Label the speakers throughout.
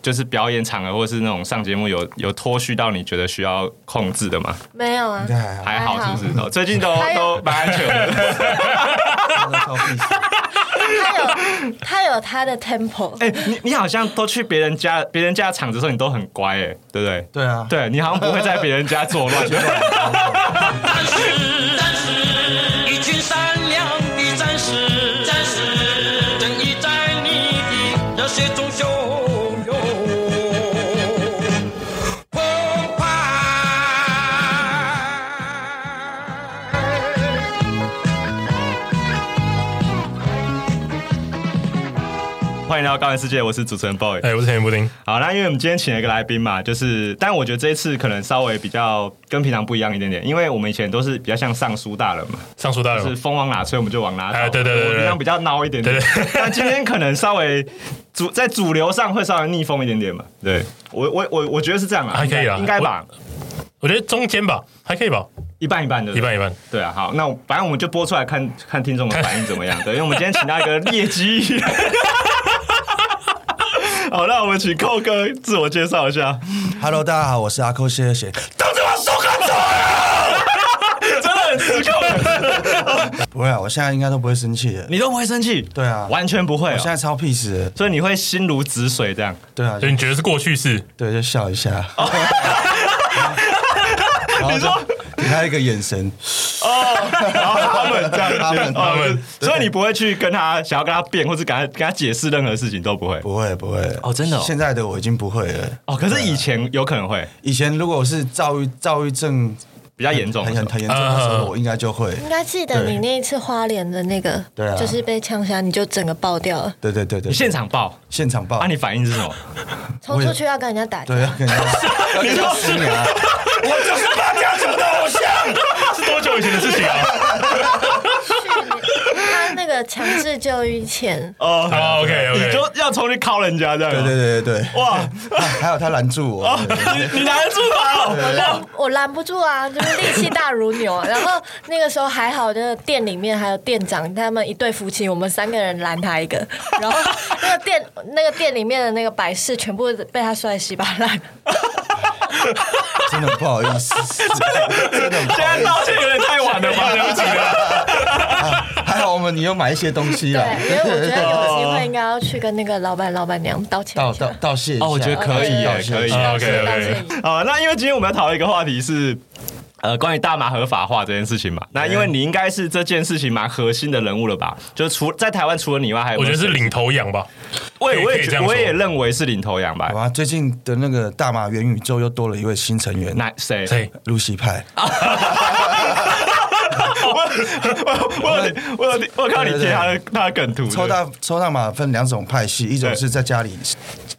Speaker 1: 就是表演场合或是那种上节目有有脱序到你觉得需要控制的吗？
Speaker 2: 没有啊
Speaker 3: 应，该还好，
Speaker 1: 还好
Speaker 2: 还好
Speaker 1: 是不是？哦最近都
Speaker 2: 还有
Speaker 1: 都蛮安全 的。
Speaker 3: 真的超屁事。
Speaker 2: 他有他有他的 tempo，
Speaker 1: 哎、你你好像都去别人家别人家的场子的时候，你都很乖哎、对不对？
Speaker 3: 对啊，
Speaker 1: 对你好像不会在别人家作 乱。
Speaker 4: 战士，战士，一群善良的战士，战士，正义在你的热血中汹涌澎湃。
Speaker 1: 欢迎来到高玩世界，我是主持人 boy。
Speaker 5: 哎，我是田布丁，
Speaker 1: 好，那因为我们今天请了一个来宾嘛，就是，但我觉得这一次可能稍微比较跟平常不一样一点点，因为我们以前都是比较像尚书大人嘛，
Speaker 5: 上书大
Speaker 1: 就是
Speaker 5: 人，
Speaker 1: 风往哪吹我们就往哪走，
Speaker 5: 哎对对对对对
Speaker 1: 平常比较孬一点点， 但今天可能稍微主在主流上会稍微逆风一点点嘛，对我我我我觉得是这样啊，
Speaker 5: 还可以啦
Speaker 1: 应该吧，
Speaker 5: 我觉得中间吧，还可以吧，
Speaker 1: 一半一半的，
Speaker 5: 一半一半。
Speaker 1: 对啊，好，那我反正我们就播出来看看听众的反应怎么样。对，因为我们今天请到一 个劣迹艺人。好，那我们请寇哥自我介绍一下。
Speaker 3: Hello，大家好，我是阿扣谢谢。
Speaker 1: 都这么手干走 真的很失控。
Speaker 3: 不会啊，我现在应该都不会生气的。
Speaker 1: 你都不会生气？
Speaker 3: 对啊
Speaker 1: 完全不会、
Speaker 3: 我现
Speaker 1: 哦。
Speaker 3: 在超屁事的。
Speaker 1: 所以你会心如止水这样。
Speaker 3: 对啊，
Speaker 5: 所以你觉得是过去式？
Speaker 3: 对，就笑一下。
Speaker 1: 哦
Speaker 3: 然后就给他一个眼神，
Speaker 1: 然后 他们这样子，
Speaker 3: 他们
Speaker 5: 他们
Speaker 1: 哦就所以你不会去跟他想要跟他辩，或是跟他跟他解释任何事情都不会。
Speaker 3: 不会不会
Speaker 1: 哦真的哦
Speaker 3: 现在的我已经不会了。
Speaker 1: 哦，可是以前有可能会
Speaker 3: 以前如果我是躁郁躁郁症
Speaker 1: 比较严重的
Speaker 3: 很
Speaker 1: 时候。呃
Speaker 3: 很很严重的时候，我应该就会。
Speaker 2: 应该记得你那一次花莲的那个，
Speaker 3: 对啊
Speaker 2: 就是被呛瞎，你就整个爆掉了，
Speaker 3: 对对对对，
Speaker 1: 你现场爆
Speaker 3: 现场爆
Speaker 1: 啊！你反应是什 么？
Speaker 2: 冲出去要跟人家打架
Speaker 3: 对，要 跟人家要跟人家撕啊！我就是大家族的偶像。
Speaker 5: 是多久以前的事情啊？
Speaker 2: 去他那个强制就医 前，
Speaker 1: 哦
Speaker 5: 哦，OK
Speaker 1: 你
Speaker 5: OK，
Speaker 1: 就要从去敲人家这样。啊
Speaker 3: 对对对对对，哎
Speaker 1: 哇，哦
Speaker 3: 还有他拦住我，对对对
Speaker 1: 你你拿得住他哦？
Speaker 2: 我拦我拦不住啊，就是力气大如牛 啊。然后那个时候还好，就是店里面还有店长他们一对夫妻，我们三个人拦他一个，然后那个店那个店里面的那个摆饰全部被他摔得稀巴 烂。
Speaker 3: 真的不好意思， 真的不
Speaker 1: 现
Speaker 3: 好
Speaker 1: 在
Speaker 3: 意
Speaker 1: 道歉有点太晚 了吧？对不起了。
Speaker 3: 思。还好我们你有买一些东西
Speaker 2: 对
Speaker 3: 啦，，
Speaker 2: 因为我觉得有机会应该要去跟那个老板老板娘道歉
Speaker 3: 道
Speaker 2: 一下
Speaker 3: 道。道谢一下。
Speaker 1: 哦我觉得可以耶
Speaker 3: 道谢
Speaker 1: 可
Speaker 3: 一下
Speaker 1: 以啊
Speaker 2: 道
Speaker 5: OK
Speaker 2: 歉道
Speaker 5: OK，
Speaker 2: 歉一下
Speaker 1: 好，那因为今天我们要讨论一个话题是。呃，关于大麻合法化这件事情嘛，那因为你应该是这件事情蛮核心的人物了吧？就是除在台湾除了你以外，还有
Speaker 5: 我
Speaker 1: 没有
Speaker 5: 觉得是
Speaker 1: 谁，
Speaker 5: 领头羊吧。
Speaker 1: 我也我
Speaker 5: 可以
Speaker 1: 也
Speaker 5: 这
Speaker 1: 觉
Speaker 5: 样说
Speaker 1: 我也认为是领头羊吧
Speaker 3: 好。吧，最近的那个大马元宇宙又多了一位新成员，
Speaker 1: 那谁？
Speaker 5: 谁？
Speaker 3: 露西派。
Speaker 1: 啊我有我有我有看到你贴他的他的梗图，
Speaker 3: 抽
Speaker 1: 对
Speaker 3: 大抽大马分两种派系，一种
Speaker 1: 对
Speaker 3: 是在家里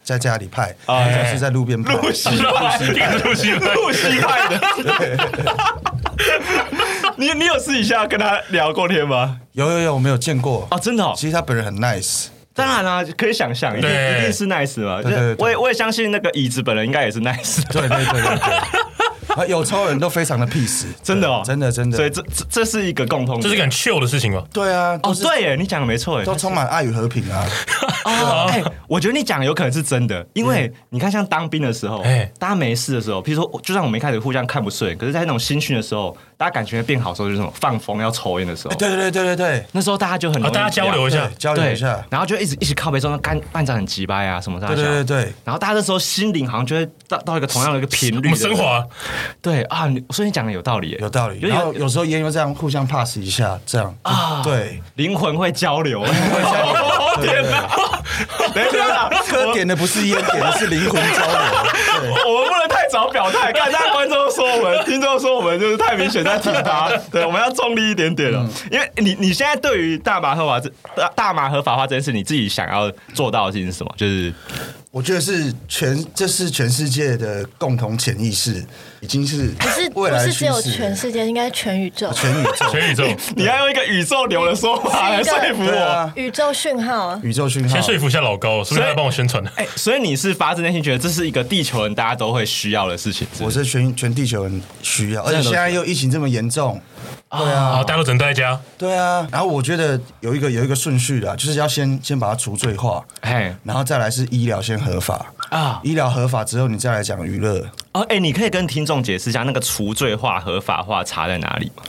Speaker 3: 在家里派，
Speaker 1: 哎
Speaker 3: 一种是在路边派。
Speaker 1: 露西派，
Speaker 5: 这个是过去式
Speaker 1: 露西派的。 你你有私底下跟他聊过天吗？
Speaker 3: 有有有，我没有见过。
Speaker 1: 哦，真的哦，
Speaker 3: 其实他本人很 nice，
Speaker 1: 当然啦、可以想象，一定
Speaker 5: 对
Speaker 1: 一定是 nice 嘛。
Speaker 3: 对对对
Speaker 1: 我也我也相信那个椅子本人应该也是 nice，
Speaker 3: 对对对对对。 啊，有抽的人都非常的 peace，
Speaker 1: 真的哦，
Speaker 3: 对真的真的。
Speaker 1: 所以这这这是一个共通点，
Speaker 5: 这是一个很 chill 的事情吧？
Speaker 3: 对啊，都
Speaker 1: 哦，
Speaker 3: 是
Speaker 1: 对耶，你讲的没错耶
Speaker 3: 都。充满爱与和平 啊。
Speaker 1: 哦， 哎，我觉得你讲的有可能是真的，因为你看，像当兵的时候
Speaker 5: 哎，
Speaker 1: 大家没事的时候，譬如说，就算我们一开始互相看不顺眼，可是，在那种新训的时候，大家感情会变好的时候，就是什么放风要抽烟的时候，
Speaker 3: 哎对对对对对对，
Speaker 1: 那时候大家就很容
Speaker 5: 啊，
Speaker 1: 易
Speaker 5: 大家交流一
Speaker 3: 对
Speaker 5: 下，
Speaker 3: 交流
Speaker 1: 对
Speaker 3: 一下，。
Speaker 1: 然后就一直一直靠背说干班长很鸡掰啊什么啥的，
Speaker 3: 对对对对
Speaker 1: 然后大家那时候心灵好像就会到到一个同样的一个频
Speaker 5: 我
Speaker 1: 率，
Speaker 5: 们啊升华，
Speaker 1: 对啊，你所以你讲的有道理耶，
Speaker 3: 有道理。
Speaker 1: 有
Speaker 3: 然后
Speaker 1: 有
Speaker 3: 有时候烟又这样互相 pass 一下，这样啊，对，
Speaker 1: 灵魂会交流。 我天哪！等一下，
Speaker 3: 哥点的不是烟，点的是灵魂交流。 对，
Speaker 1: 我们不能太早表态，看大家观众说我们，听众说我们就是太明显在挺他。对，我们要中立一点点了，
Speaker 3: 嗯
Speaker 1: 因为你你现在对于大麻合法这大大麻合法化这件事，你自己想要做到的事情是什么？就是
Speaker 3: 我觉得是全，这是全世界的共同潜意识，已经是
Speaker 2: 不是
Speaker 3: 未
Speaker 2: 不
Speaker 3: 来
Speaker 2: 是
Speaker 3: 的
Speaker 2: 只
Speaker 3: 趋
Speaker 2: 有
Speaker 3: 势
Speaker 2: 全世界，应该全宇宙，
Speaker 3: 全宇宙，
Speaker 5: 全宇宙，
Speaker 1: 你要用一个宇宙流的说法来说服
Speaker 3: 对
Speaker 1: 我。
Speaker 3: 啊，
Speaker 2: 宇宙讯号啊。
Speaker 3: 宇宙讯号
Speaker 5: 先。说服一下老高，是不是他帮我宣传的？
Speaker 1: 哎、所以你是发自内心觉得这是一个地球人大家都会需要的事情，是不
Speaker 3: 我
Speaker 1: 是
Speaker 3: 是全全地球人需要，而且
Speaker 1: 真的都
Speaker 3: 现
Speaker 1: 需要
Speaker 3: 在又疫情这么严重，对
Speaker 5: 好，
Speaker 3: 啊，
Speaker 5: 大家都只能待在家，
Speaker 3: 对啊。然后我觉得有一个有一个顺序的啊，就是要先先把它除罪化，
Speaker 1: 嘿，
Speaker 3: 然后再来是医疗先合法，
Speaker 1: 啊
Speaker 3: 医疗合法之后，你再来讲娱乐。
Speaker 1: 哦，哎、你可以跟听众解释一下那个除罪化合法化差在哪里吗？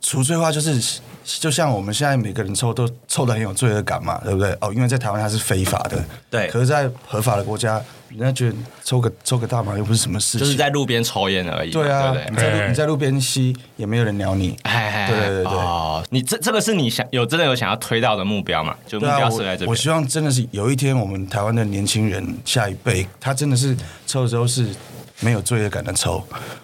Speaker 3: 除罪化就是，就像我们现在每个人抽都抽的很有罪恶感嘛，对不对？哦，因为在台湾它是非法的，
Speaker 1: 对
Speaker 3: 可是，在合法的国家，人家觉得抽个抽个大麻又不是什么事情，
Speaker 1: 就是在路边抽烟而已嘛，
Speaker 3: 对啊，
Speaker 1: 对不
Speaker 3: 你
Speaker 1: 对？
Speaker 3: 在
Speaker 5: 哎
Speaker 3: 路你在路边吸也没有人鸟你，
Speaker 1: 哎，
Speaker 3: 对对对对
Speaker 1: 哦，你这这个是你想有真的有想要推到的目标嘛？就目
Speaker 3: 对啊，
Speaker 1: 标
Speaker 3: 我
Speaker 1: 设在这
Speaker 3: 我
Speaker 1: 边。
Speaker 3: 希望真的是有一天，我们台湾的年轻人下一辈，他真的是抽的时候是没有罪恶感的抽，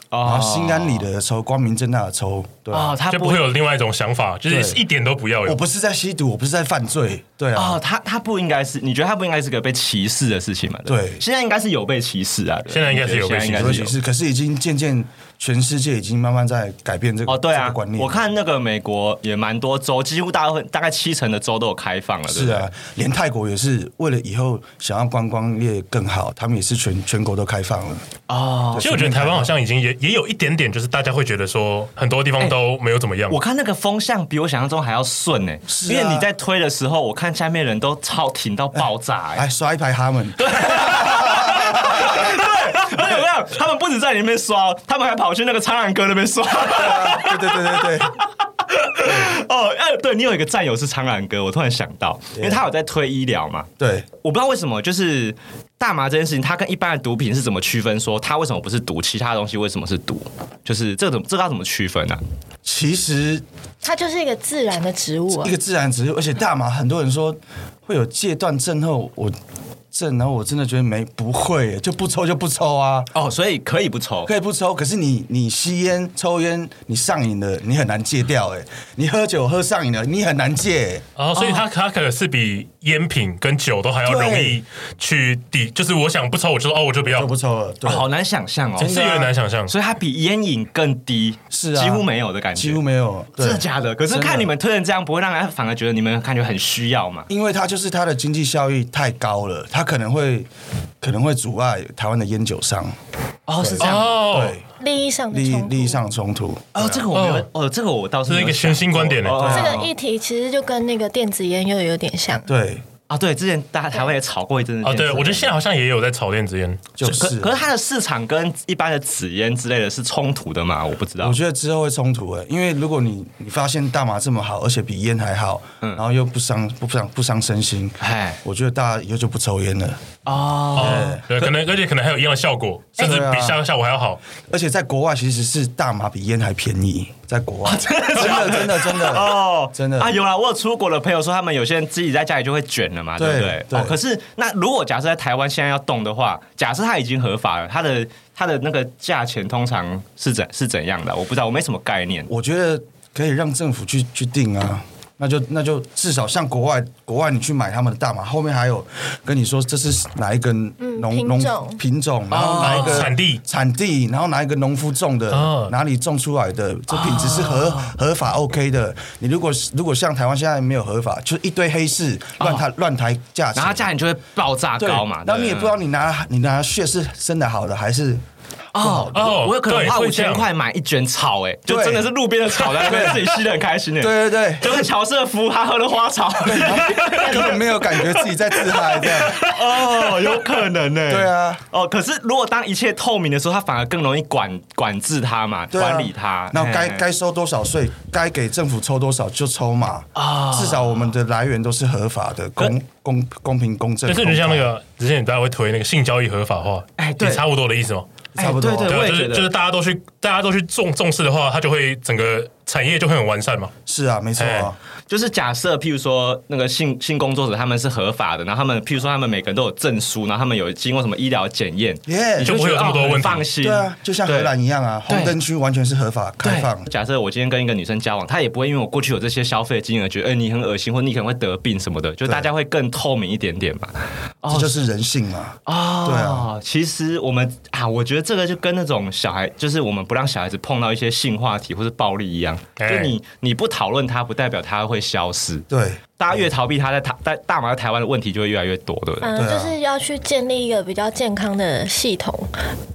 Speaker 1: 哦
Speaker 3: 然后心安理得的抽，光明正大的抽，对吧、
Speaker 1: 哦，他
Speaker 5: 就不会有另外一种想法，就是
Speaker 3: 对
Speaker 5: 一点都不要
Speaker 3: 我
Speaker 5: 有。
Speaker 3: 不是在吸毒，我不是在犯罪，对啊，
Speaker 1: 哦，他他不应该是，你觉得他不应该是个被歧视的事情嘛？不
Speaker 3: 对
Speaker 1: 现在应该是有被歧视啊，对不对
Speaker 5: 现在应该是有被歧视
Speaker 1: 现在应
Speaker 3: 尤
Speaker 1: 该
Speaker 3: 其
Speaker 1: 是有。
Speaker 3: 是可是已经渐渐全世界已经慢慢在改变这个
Speaker 1: 哦，对
Speaker 3: 这
Speaker 1: 啊
Speaker 3: 个观，念，
Speaker 1: 我看那个美国也蛮多州，几乎大部分大概七成的州都有开放了，对不
Speaker 3: 是
Speaker 1: 对
Speaker 3: 啊，连泰国也是为了以后想要观光业更好，他们也是全全国都开放了。
Speaker 1: 哦，
Speaker 5: 其实我觉得台湾好像已经也也有一点点，就是大家会觉得说很多地
Speaker 1: 哎
Speaker 5: 方都没有怎么样。
Speaker 1: 我看那个风向比我想象中还要顺呢、
Speaker 3: 是啊
Speaker 1: 因为你在推的时候，我看下面人都超挺到爆 炸、欸，
Speaker 3: 哎，刷一排他们，
Speaker 1: 对，我有没有？他们不止在你那边刷，他们还跑去那个苍兰哥那边刷。
Speaker 3: 对对对对对。
Speaker 1: 哦，哎，对你有一个战友是苍兰哥，我突然想到，因为他有在推医疗嘛。
Speaker 3: 对，
Speaker 1: 我不知道为什么，就是大麻这件事情，它跟一般的毒品是怎么区分？说它为什么不是毒，其他东西为什么是毒？就是这怎么这个要怎么区分呢、啊
Speaker 3: 其实
Speaker 2: 它就是一个自然的植物啊
Speaker 3: 一个。自然植物，而且大麻很多人说会有戒断症候，我症，然后我真的觉得没不会，就不抽就不抽啊。
Speaker 1: 哦，所以可以不抽。
Speaker 3: 可以不抽，可是你你吸烟、抽烟，你上瘾了，你很难戒掉哎、你喝酒喝上瘾了，你很难戒、
Speaker 5: 然后，哦
Speaker 1: 哦
Speaker 5: 所以它它可能是比烟品跟酒都还要容易去抵，就是我想不抽，我就说哦，我就不
Speaker 3: 欸，
Speaker 5: 要
Speaker 3: 就，不抽了。对，
Speaker 1: 哦好难想象哦，
Speaker 3: 真
Speaker 5: 是有点难想象。
Speaker 1: 所以它比烟瘾更低，
Speaker 3: 是啊
Speaker 1: 几乎没有的感觉，
Speaker 3: 几乎没有。对
Speaker 1: 真的假的？可是
Speaker 3: 真的
Speaker 1: 看你们推成这样，不会让人家反而觉得你们感觉很需要嘛？
Speaker 3: 因为它就是它的经济效益太高了，它可能会可能会阻碍台湾的烟酒商
Speaker 1: 哦，是这样。
Speaker 5: 哦，
Speaker 3: 对
Speaker 2: 利益上的
Speaker 3: 利益
Speaker 2: 冲突
Speaker 3: 利益上的冲突。
Speaker 1: 哦，这个我没有
Speaker 5: 哦，
Speaker 1: 哦，这个我倒是没有
Speaker 5: 这是一个
Speaker 1: 想过
Speaker 5: 全新观点呢欸
Speaker 3: 啊
Speaker 1: 哦
Speaker 2: 这个议题其实就跟那个电子烟又有点像。
Speaker 3: 对，
Speaker 1: 啊，对，之前大家台湾也炒过一阵子
Speaker 5: 哦，对，我觉得现在好像也有在炒电子烟，
Speaker 3: 就
Speaker 1: 可
Speaker 3: 是。
Speaker 1: 可是它的市场跟一般的纸烟之类的是冲突的嘛？我不知道
Speaker 3: 我。觉得之后会冲突诶、因为如果你你发现大麻这么好，而且比烟还好，然后又不伤不伤不伤身心，
Speaker 1: 哎，
Speaker 3: 我觉得大家以后就不抽烟了。
Speaker 1: 哦，
Speaker 5: 对，可能而且可能还有一样的效果，
Speaker 1: 哎
Speaker 5: 甚至
Speaker 3: 对啊
Speaker 5: 比效效果还要好。
Speaker 3: 而且在国外其实是大麻比烟还便宜，在国外、真的真的真的
Speaker 1: 哦，
Speaker 3: 真的
Speaker 1: 啊，有啦，我有出国的朋友说，他们有些人自己在家里就会卷了嘛，对
Speaker 3: 对
Speaker 1: 不对？
Speaker 3: 对
Speaker 1: 哦，可是那如果假设在台湾现在要动的话，假设它已经合法了，它的它的那个价钱通常是怎是怎样的？我不知道，我没什么概念。
Speaker 3: 我觉得可以让政府去去定啊。那就那就至少像国外国外你去买他们的大麻，后面还有跟你说这是哪一个农
Speaker 2: 嗯品
Speaker 3: 农、
Speaker 2: 种
Speaker 3: 品种，然后哪一个
Speaker 5: 哦产地
Speaker 3: 产地，然后哪一个农夫种的，
Speaker 5: 哦
Speaker 3: 哪里种出来的，这品质是合、
Speaker 1: 哦
Speaker 3: 合法 OK 的。你如果如果像台湾现在没有合法，就是一堆黑市乱抬乱抬价钱，
Speaker 1: 然后它哦价钱就会爆炸
Speaker 3: 对
Speaker 1: 高嘛，
Speaker 3: 然后
Speaker 1: 对
Speaker 3: 你也不知道你拿你拿血是生的好的还是
Speaker 1: 哦
Speaker 5: 哦
Speaker 1: 我有可能
Speaker 5: 对
Speaker 1: 花五
Speaker 5: 会这
Speaker 1: 千
Speaker 5: 样
Speaker 1: 块买一卷草，哎，就
Speaker 3: 对
Speaker 1: 真的是路边的草，在那边自己吸的很开心哎，
Speaker 3: 对对对
Speaker 1: 就跟乔瑟夫他喝的花草，
Speaker 3: 根本 没有感觉自己在自嗨这样。
Speaker 1: 哦，有可能呢、
Speaker 3: 对啊。
Speaker 1: 哦，可是如果当一切透明的时候，他反而更容易管管制它嘛，
Speaker 3: 对啊
Speaker 1: 管理它。
Speaker 3: 那该
Speaker 1: 嘿
Speaker 3: 该收多少税，该给政府抽多少就抽嘛。啊，至少我们的来源都是合法的，公公公平公正。
Speaker 5: 就是你像那
Speaker 3: 公
Speaker 5: 个之前大家会推那个性交易合法化，
Speaker 1: 哎对
Speaker 5: 也差不多的意思嘛。
Speaker 3: 开差不多。
Speaker 1: 哎对对
Speaker 5: 对
Speaker 1: 我
Speaker 5: 啊，
Speaker 1: 也
Speaker 5: 就
Speaker 1: 觉
Speaker 5: 是
Speaker 1: 得
Speaker 5: 就是大家都去大家都去重重视的话，它就会整个产业就会很完善嘛。
Speaker 3: 是啊，没错啊。
Speaker 1: 就是假设，譬如说那个性性工作者他们是合法的，然后他们譬如说他们每个人都有证书，然后他们有经过什么医疗检验，
Speaker 3: 耶
Speaker 1: 你
Speaker 5: 就不会有
Speaker 1: 觉得
Speaker 5: 这么
Speaker 1: 哦
Speaker 5: 多问题
Speaker 1: 很放心。
Speaker 3: 对啊，就像荷兰一样啊，
Speaker 1: 对
Speaker 3: 红灯区完全是合法
Speaker 1: 对
Speaker 3: 开放。
Speaker 1: 假设我今天跟一个女生交往，她也不会因为我过去有这些消费经验而觉得，哎、你很恶心，或你可能会得病什么的，就大家会更透明一点点吧。
Speaker 3: 这就是人性嘛，
Speaker 1: 哦，
Speaker 3: 对啊，
Speaker 1: 其实我们啊，我觉得这个就跟那种小孩，就是我们不让小孩子碰到一些性话题或是暴力一样，
Speaker 5: 哎
Speaker 1: 就你你不讨论它，不代表它会消失。
Speaker 3: 对，
Speaker 1: 大家越逃避它，在台在大麻在台湾的问题就会越来越多，对不对？
Speaker 2: 反
Speaker 3: 对
Speaker 2: 正
Speaker 3: 啊
Speaker 2: 嗯就是要去建立一个比较健康的系统，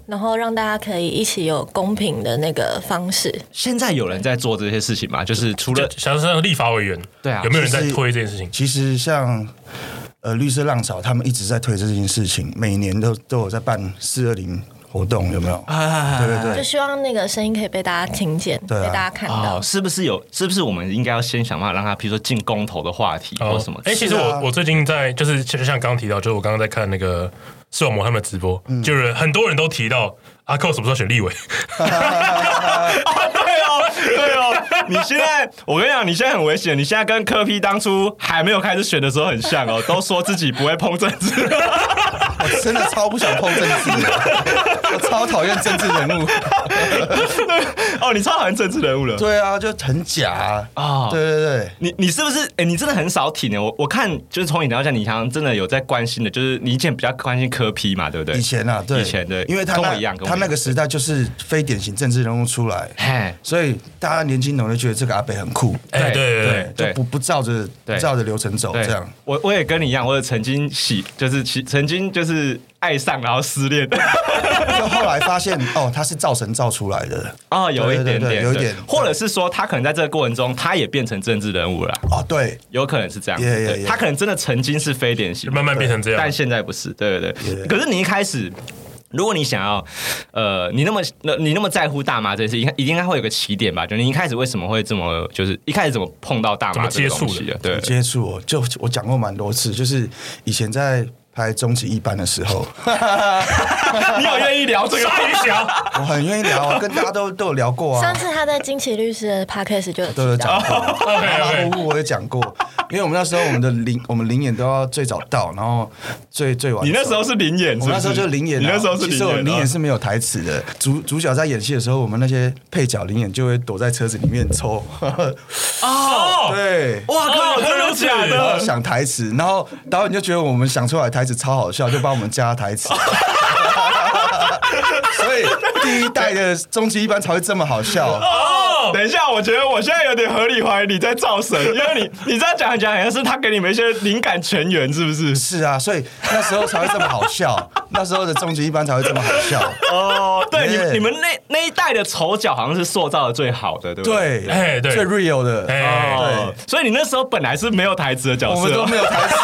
Speaker 2: 然后让大家可以一起有公平的那个方式。
Speaker 1: 现在有人在做这些事情吗？就是除
Speaker 5: 就
Speaker 1: 了
Speaker 5: 想像立法委员，
Speaker 1: 对啊
Speaker 5: 有没有人在
Speaker 3: 就是
Speaker 5: 推这件事情？
Speaker 3: 其实像呃绿色浪潮他们一直在推这件事情，每年都都有在办四二零活动，有没有？对对
Speaker 2: 就
Speaker 3: 对，
Speaker 2: 希望那个声音可以被大家听见，
Speaker 3: 对啊
Speaker 2: 被大家看
Speaker 1: 哦
Speaker 2: 到，。
Speaker 1: 是不是有？是不是我们应该要先想办法让他，比如说进公投的话题或什么？
Speaker 5: 哎、
Speaker 1: 哎，
Speaker 5: 其
Speaker 3: 是
Speaker 5: 实我
Speaker 3: 啊
Speaker 5: 我最近在就是就像刚刚提到，就是我刚刚在看那个视网膜他们的直播，
Speaker 3: 嗯
Speaker 5: 就是很多人都提到阿寇什么时候 选立委，
Speaker 1: 对哦，对哦，你现在我跟你讲，你现在很危险，你现在跟柯 P 当初还没有开始选的时候很像哦，都说自己不会碰政治。
Speaker 3: 我真的超不想碰政治的， 我超讨厌政治人物。
Speaker 1: 哦，你超讨厌政治人物了。
Speaker 3: 对啊，就很假啊！
Speaker 1: 啊
Speaker 3: 对对对，
Speaker 1: 你你是不是？哎、你真的很少挺的。我我看就是从你聊下，你好像真的有在关心的，就是你以前比较关心柯 P 嘛，对不对？
Speaker 3: 以前啊，对，
Speaker 1: 以前对，
Speaker 3: 因为他
Speaker 1: 跟
Speaker 3: 那
Speaker 1: 我一样，跟我
Speaker 3: 他
Speaker 1: 一
Speaker 3: 那
Speaker 1: 样
Speaker 3: 个时代就是非典型政治人物出来，
Speaker 1: 嘿，
Speaker 3: 所以大家年轻人就觉得这个阿北很酷，
Speaker 5: 哎、
Speaker 1: 对
Speaker 5: 对对
Speaker 1: 对
Speaker 5: 对，
Speaker 3: 就不不照着
Speaker 1: 对
Speaker 3: 不照着流程走
Speaker 1: 对
Speaker 3: 哦这样。
Speaker 1: 我我也跟你一样，我也曾经喜就是其曾经就是爱上然后失恋。
Speaker 3: 就后来发现哦，他是造神造出来的
Speaker 1: 哦，有一
Speaker 3: 对
Speaker 1: 点
Speaker 3: 对对
Speaker 1: 点，
Speaker 3: 有一
Speaker 1: 对
Speaker 3: 点
Speaker 1: 或者是说他可能在这个过程中，他也变成政治人物了，
Speaker 3: 哦，对，
Speaker 1: 有可能是这样。
Speaker 3: Yeah, yeah,
Speaker 1: 对
Speaker 3: yeah.
Speaker 1: 他可能真的曾经是非典型
Speaker 5: 就，慢慢变啊成这样
Speaker 1: 但。现在不是。对对对。
Speaker 3: Yeah.
Speaker 1: 可是你一开始。如果你想要，呃，你那么那你那么在乎大麻这件事，应该一定应该会有个起点吧？就你一开始为什么会这么，就是一开始怎么碰到大
Speaker 5: 怎
Speaker 1: 麻
Speaker 5: 么
Speaker 1: 这个
Speaker 5: 接触
Speaker 1: 东西的？对，
Speaker 3: 接触我就我讲过蛮多次，就是以前在拍终极一班的时候，
Speaker 1: 你有愿意聊这个吗？
Speaker 5: 鲨 鱼侠，
Speaker 3: 我很愿意聊啊，跟大家都都有聊过啊
Speaker 2: 上，次他在金奇律师的 podcast 就有
Speaker 3: 都有
Speaker 2: 提
Speaker 3: 讲
Speaker 1: 哦
Speaker 2: 到，
Speaker 3: 过，
Speaker 5: OK，OK
Speaker 3: 马马虎虎我也讲过，因为我们那时候我们的零 我们零演都要最早到，然后最最晚走。
Speaker 1: 你那时候是灵眼，
Speaker 3: 我那时候就
Speaker 1: 灵
Speaker 3: 灵演、啊，
Speaker 1: 你那时候是
Speaker 3: 其
Speaker 1: 灵
Speaker 3: 实我
Speaker 1: 眼，
Speaker 3: 灵演是没有台词的。主主角在演戏的时候，我们那些配角灵演就会躲在车子里面抽，
Speaker 5: 哦，
Speaker 3: 对，
Speaker 1: 哇靠，真的假
Speaker 5: 哦
Speaker 3: 然后
Speaker 1: 的？
Speaker 3: 想台词，然后导演就觉得我们想出来的台词超好笑，就帮我们加台词。 所以第一代的终极一班才会这么好笑，
Speaker 5: 哦
Speaker 1: 哦等一下，我觉得我现在有点合理怀疑你在造神，因为你你 这样讲讲，好像是他给你们一些灵感泉源，是不是？
Speaker 3: 是啊，所以那时候才会这么好 笑，那时候的终极一班才会这么好笑。
Speaker 1: 哦，对，你们
Speaker 3: Yeah
Speaker 1: 你们那那一代的丑角好像是塑造的最好的，对不对？
Speaker 3: 对，
Speaker 5: 哎对
Speaker 3: 最 real 的，
Speaker 5: 哎、
Speaker 1: 哦，所以你那时候本来是没有台词的角
Speaker 3: 我们
Speaker 1: 色
Speaker 3: 都
Speaker 1: 哦，
Speaker 3: 没有台词。